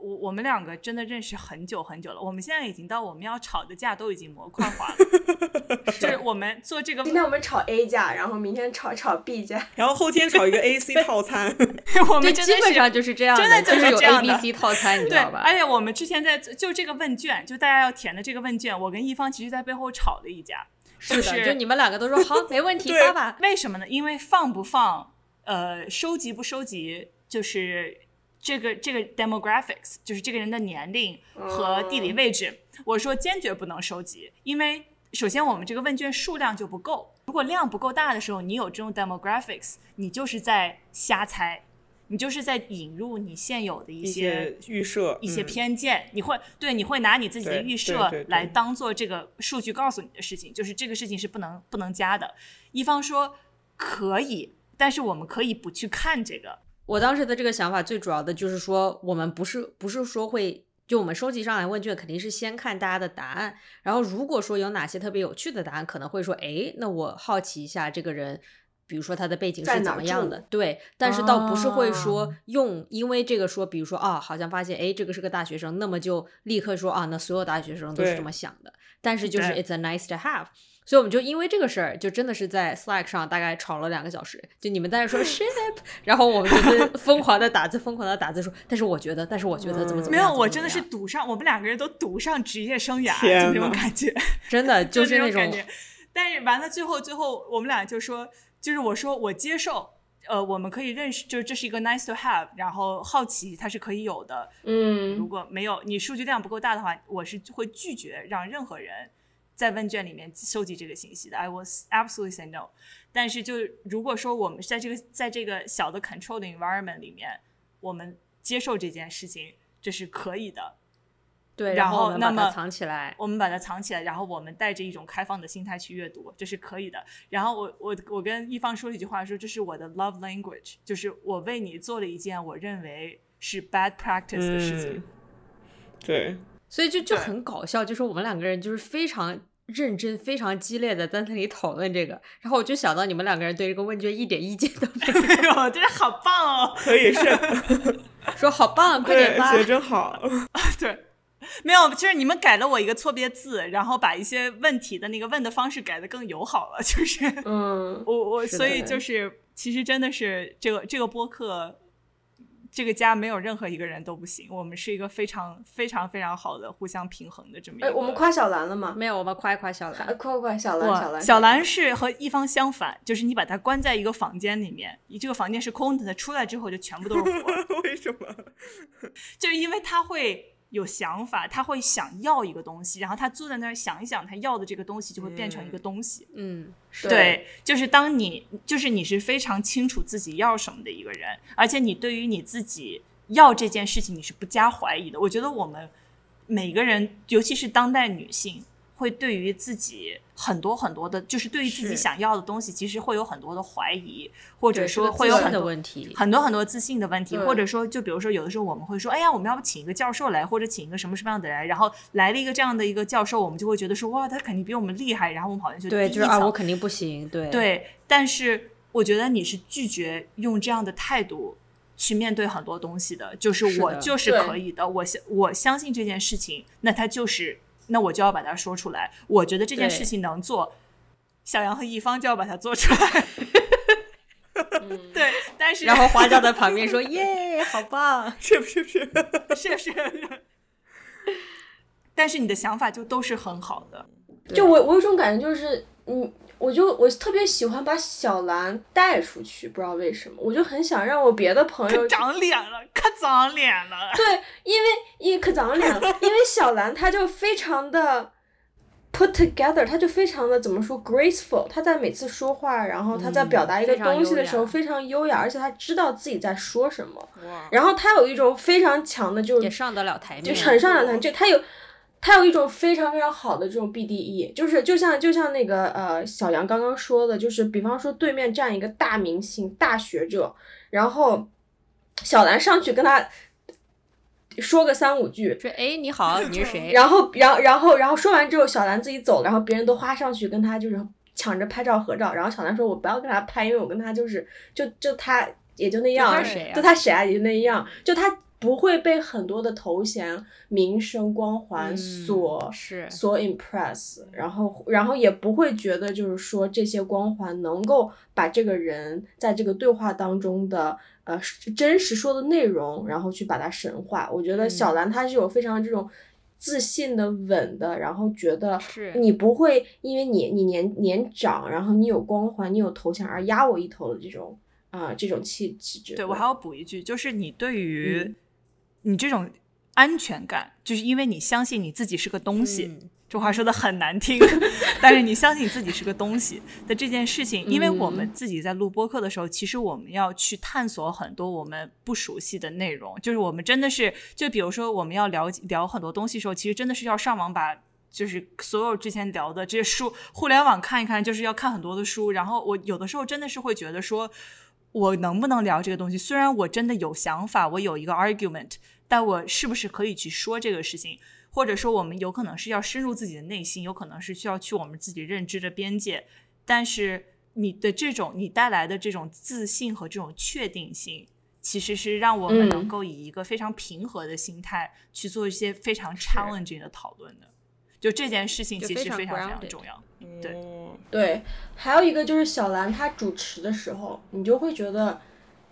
我我们两个真的认识很久很久了，我们现在已经到我们要吵的架都已经模块化了，就是我们做这个
今天我们炒 A 价，然后明天炒炒 B 价，
然后后天炒一个 A C 套餐，
[laughs] 我
对，
们真
基
的
本
是
上就是这样
真的就
就是有
这样
A
的
B C 套餐，你知
对哎
道，吧
而？且我们之前在就这个问卷，就大家要填的这个问卷，我跟一方其实在背后吵了一架。
是
就是
的，就你们两个都说好，没问题，
对
发吧。
为什么呢？因为放不放，呃，收集不收集，就是这个这个 demographics，就是这个人的年龄和地理位置。我说坚决不能收集，因为首先我们这个问卷数量就不够，如果量不够大的时候，你有这种 demographics，你就是在瞎猜，你就是在引入你现有的一
一
些
些预设，
一些
嗯
偏见，你会对你会拿你自己的
对
预
对
设
对对
来当做这个数据告诉你的事情，就是这个事情是不能不能加的。一方说可以，但是我们可以不去看这个，
我当时的这个想法最主要的就是说，我们不是不是说会，就我们收集上来问卷，肯定是先看大家的答案，然后如果说有哪些特别有趣的答案，可能会说，诶，那我好奇一下这个人。比如说他的背景
在
是
哪
怎么样
住
的？对，但是倒不是会说
啊
用，因为这个说，比如说啊，好像发现诶，这个是个大学生，那么就立刻说啊，那所有大学生都是
对
这么想的。但是就是
对
it's a nice to have，所以我们就因为这个事儿，就真的是在 Slack 上大概吵了两个小时。就你们在那说 [laughs] ship，然后我们就是疯狂的打字，疯狂的打字说，但是我觉得，但是我觉得怎么怎么
没
样。
有，
怎么
我
怎
真的
么
是
样
赌上，我们两个人都赌上职业生涯，
天
就那种
呐
感觉。 [laughs]
真的就
就是那
那
种感
种
觉。但是完了，最后最后我们俩就说，就是我说我接受，呃，我们可以认识，就是这是一个 nice to have，然后好奇它是可以有的。
嗯
如果没有你数据量不够大的话，我是会拒绝让任何人在问卷里面收集这个信息的。I was absolutely say no。但是就如果说我们是在这个在这个小的 control 的 environment 里面，我们接受这件事情，这是可以的。
对，
然
然后
后
我们
那
把它
么
藏起来。
我们把它藏起来，然后我们带着一种开放的心态去阅读，这是可以的。然后我我我跟一方说了一句话，说这是我的 love language，就是我为你做了一件我认为是 bad practice 的事情。
嗯，对，
所以就就
对
很搞笑，就是我们两个人就是非常认真、非常激烈的在那里讨论这个，然后我就想到你们两个人对这个问卷一点意见都
[laughs] [laughs]
没
哎呦，真的好棒哦！
可以是，
有，说好棒，快点
对，
发
写。得真好，
[laughs] 对，没有，就是你们改了我一个错别字，然后把一些问题的那个问的方式改得更友好了，就是
嗯，
我我
是
[laughs]
的
所以就是其实真的是这个这个播客。这个家没有任何一个人都不行，我们是一个非常非常非常好的互相平衡的这么一个。
哎，我们夸小兰了吗？
没有，我们夸一夸小
啊，
兰。
嗯夸夸小兰，
哇
小兰，
小兰是和一方相反，就是你把它关在一个房间里面，你这个房间是空的，它出来之后就全部都是活的，
[laughs] 为什么？
就是因为他会有想法，他会想要一个东西，然后他坐在那儿想一想，他要的这个东西就会变成一个东西。
嗯，
对
对，就是当你就是你是非常清楚自己要什么的一个人，而且你对于你自己要这件事情你是不加怀疑的。我觉得我们每个人，尤其是当代女性，会对于自己很多很多的，就是对于自己
是
想要的东西，其实会有很多的怀疑，或
对
者
是个
说
自
会有
信
很
的
多
问题。
很多很多自信的问题，
对
或者说，就比如说，有的时候我们会说，哎呀，我们要不请一个教授来，或者请一个什么什么样的人来，然后来了一个这样的一个教授，我们就会觉得说，哇，他肯定比我们厉害，然后我们好像就
对，
低
就是
一
啊，
层
我肯定不行。对，
对，但是我觉得你是拒绝用这样的态度去面对很多东西的，就是
是
我
的
就是
对
可以的，我相我相信这件事情，那它就是，那我就要把它说出来。我觉得这件
对
事情能做，小杨和一方就要把它做出来。 [laughs]
嗯
对，但是
[laughs] 然后花椒在旁边说：“耶，好棒
是不是不是？
是不是？ [laughs] 但是你的想法就都是很好的，
就我我有种感觉，就是嗯，我就我特别喜欢把小兰带出去，不知道为什么，我就很想让我别的朋友
可长脸了，可长脸了。
对，因为因可长脸了，因为小兰她就非常的 put together，她就非常的怎么说 graceful，她在每次说话，然后她在表达一个
非常
东西的
优
时候
雅
非常优雅，而且她知道自己在说什么，
哇，
然后她有一种非常强的就！”
也
是
上得了台面
就。是很上两堂，就他有他有一种非常非常好的这种 BDE，就是就像就像那个呃小杨刚刚说的，就是比方说对面站一个大明星、大学者，然后小兰上去跟他说个三五句。
说：“哎，你好，你是谁
然后，然后，然后，然后说完之后，小兰自己走了，然后别人都花上去跟他就是抢着拍照合照。然后小兰说：“我不要跟他拍，因为我跟他就是就就他也就那样，
他是谁啊
就他谁啊也就那样。”就他不会被很多的头衔、名声、光环
嗯
所、
是
所 impress，然后然后也不会觉得就是说这些光环能够把这个人在这个对话当中的呃是真实说的内容，然后去把它神化。我
嗯
觉得小兰她是有非常这种。自信的、稳的，然后觉得
是
你不会因为你你年年长，然后你有光环、你有头衔而压我一头的这种啊、这种气气质。
对我还要补一句，就是你对于你这种安全感，就是因为你相信你自己是个东西。
嗯
这话说的很难听， [laughs] 但是你相信你自己是个东西的这件事情，因为我们自己在录播课的时候，其实我们要去探索很多我们不熟悉的内容，就是我们真的是，就比如说我们要聊聊很多东西的时候，其实真的是要上网把。就是所有之前聊的这些书，互联网看一看，就是要看很多的书。然后我有的时候真的是会觉得说，我能不能聊这个东西？虽然我真的有想法，我有一个 argument，但我是不是可以去说这个事情？或者说我们有可能是要深入自己的内心，有可能是需要去我们自己认知的边界，但是你的这种你带来的这种自信和这种确定性，其实是让我们
嗯
能够以一个非常平和的心态去做一些非常 challenging 的讨论的。就这件事情
就
其实
非常
非常非
grounded
常重要。对
哦
对，还有一个就是小兰她主持的时候，你就会觉得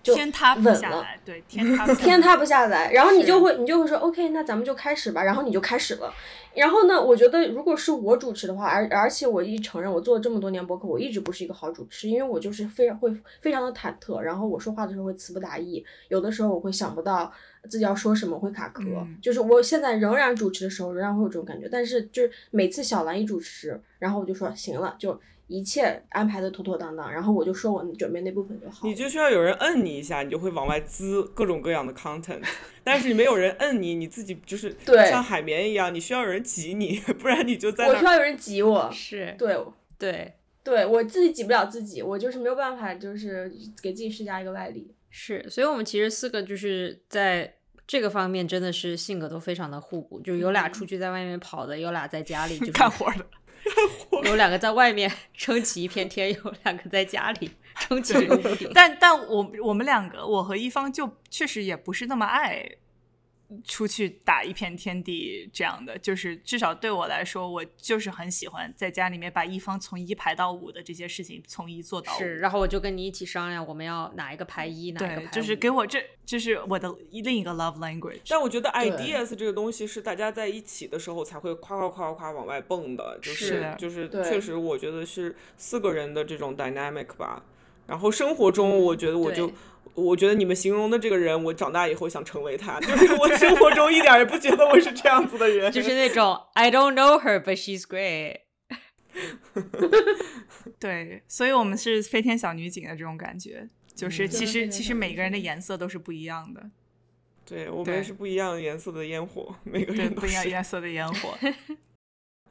就
天塌不
稳
下
了
来，对，天塌不下
[laughs] 天
来
塌不下来，然后你
是
就会你就会说 OK，那咱们就开始吧，然后你就开始了。然后呢，我觉得如果是我主持的话，而而且我一承认，我做了这么多年播客，我一直不是一个好主持，因为我就是非常会非常的忐忑，然后我说话的时候会词不达意，有的时候我会想不到自己要说什么，会卡壳。
嗯
就是我现在仍然主持的时候，仍然会有这种感觉，但是就是每次小兰一主持，然后我就说行了，就一切安排的妥妥当当，然后我就说我准备那部分就好了。
你就需要有人摁你一下，你就会往外滋各种各样的 content。但是你没有人摁你，你自己就是
对
像海绵一样，你需要有人挤你，不然你就在
我需
那儿。
要有人挤我，
是，
对。
对，
对我自己挤不了自己，我就是没有办法，就是给自己施加一个外力。
是，所以我们其实四个就是在这个方面真的是性格都非常的互补，就有俩
嗯
出去在外面跑的，有俩在家
[laughs]
里就是
干活的。
有两个在外面撑起一片天，有两个在家里撑起屋顶。
但但我我们两个，我和一方就确实也不是那么爱出去打一片天地这样的，就是至少对我来说，我就是很喜欢在家里面把一方从一排到五的这些事情从一做到五。
是，然后我就跟你一起商量，我们要哪一个排一，哪一个
对
排，
就是
五
给我这，这是我的另一个 love language。
但我觉得 ideas 这个东西是大家在一起的时候才会夸夸夸夸夸往外蹦的，就是是
的
就是
对
确实我觉得是四个人的这种 dynamic 吧。然后生活中，我觉得我就
对
我觉得你们形容的这个人，我长大以后想成为他，就是我生活中一点儿也不觉得我是这样子的人，
就是那种 I don't know her but she's great。
对，所以我们是飞天小女警的这种感觉，就是
嗯
其
对
实
对
其
对
实
对
每个人的
对
颜色都是不一样的，
对我
对
们是不一样颜色的烟火，每个
[laughs] 对，
人都
不一样
是。
颜色的烟
[laughs]
火。，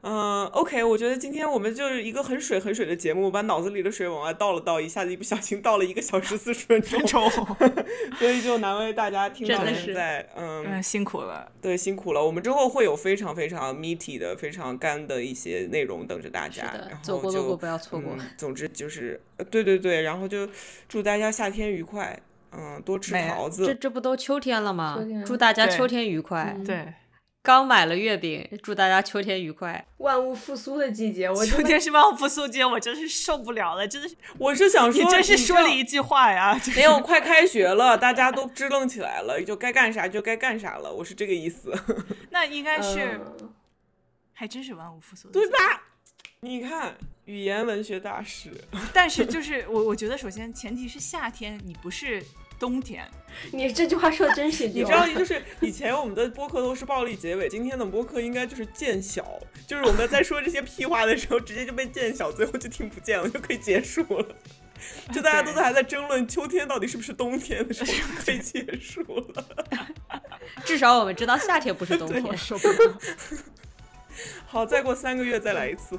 嗯，OK，我觉得今天我们就是一个很水很水的节目，把脑子里的水往外倒了倒，一下子一不小心倒了一个小时四十分
[laughs]
钟
中，
嗯所以就难为大家听到
真的
现
是
在，嗯
嗯，，辛苦了。
对，辛苦了。我们之后会有非常非常 meaty 的、非常干的一些内容等着大家，
的
然
走
后
过路
就
过不要错过
嗯。总之就是，呃对对对，然后就祝大家夏天愉快，嗯，多吃
美
桃
这
子，
这不都秋天了吗
秋天？
祝大家
对
秋天愉快。
嗯
对，
刚买了月饼，祝大家秋天愉快。
万物复苏的季节，我
秋
真的
天是万物复苏节，我真是受不了了，真的是
我是想 [laughs] 说，
你真是
知
说了
道
一句话呀，
[laughs]
就是
没有，快开学了，大家都支棱起来了，就该干啥就该干啥了，我是这个意思，
那应该是、
嗯
还真是万物复苏的
对
节奏。
吧？ [laughs] 你看，语言文学大师，
但是就是我，我觉得首先前提是夏天，你不是冬天，
你这句话说的真是
你
溜
知。道，就是以前我们的播客都是暴力结尾，今天的播客应该就是见晓，就是我们在说这些屁话的时候，直接就被见晓，最后就听不见了，就可以结束了。就大家都在还在争论秋天到底是不是冬天的时候，就可以结束了。
至
[laughs]
少我们知道夏天不是冬天。
受不了。
好，再过三个月再来一次。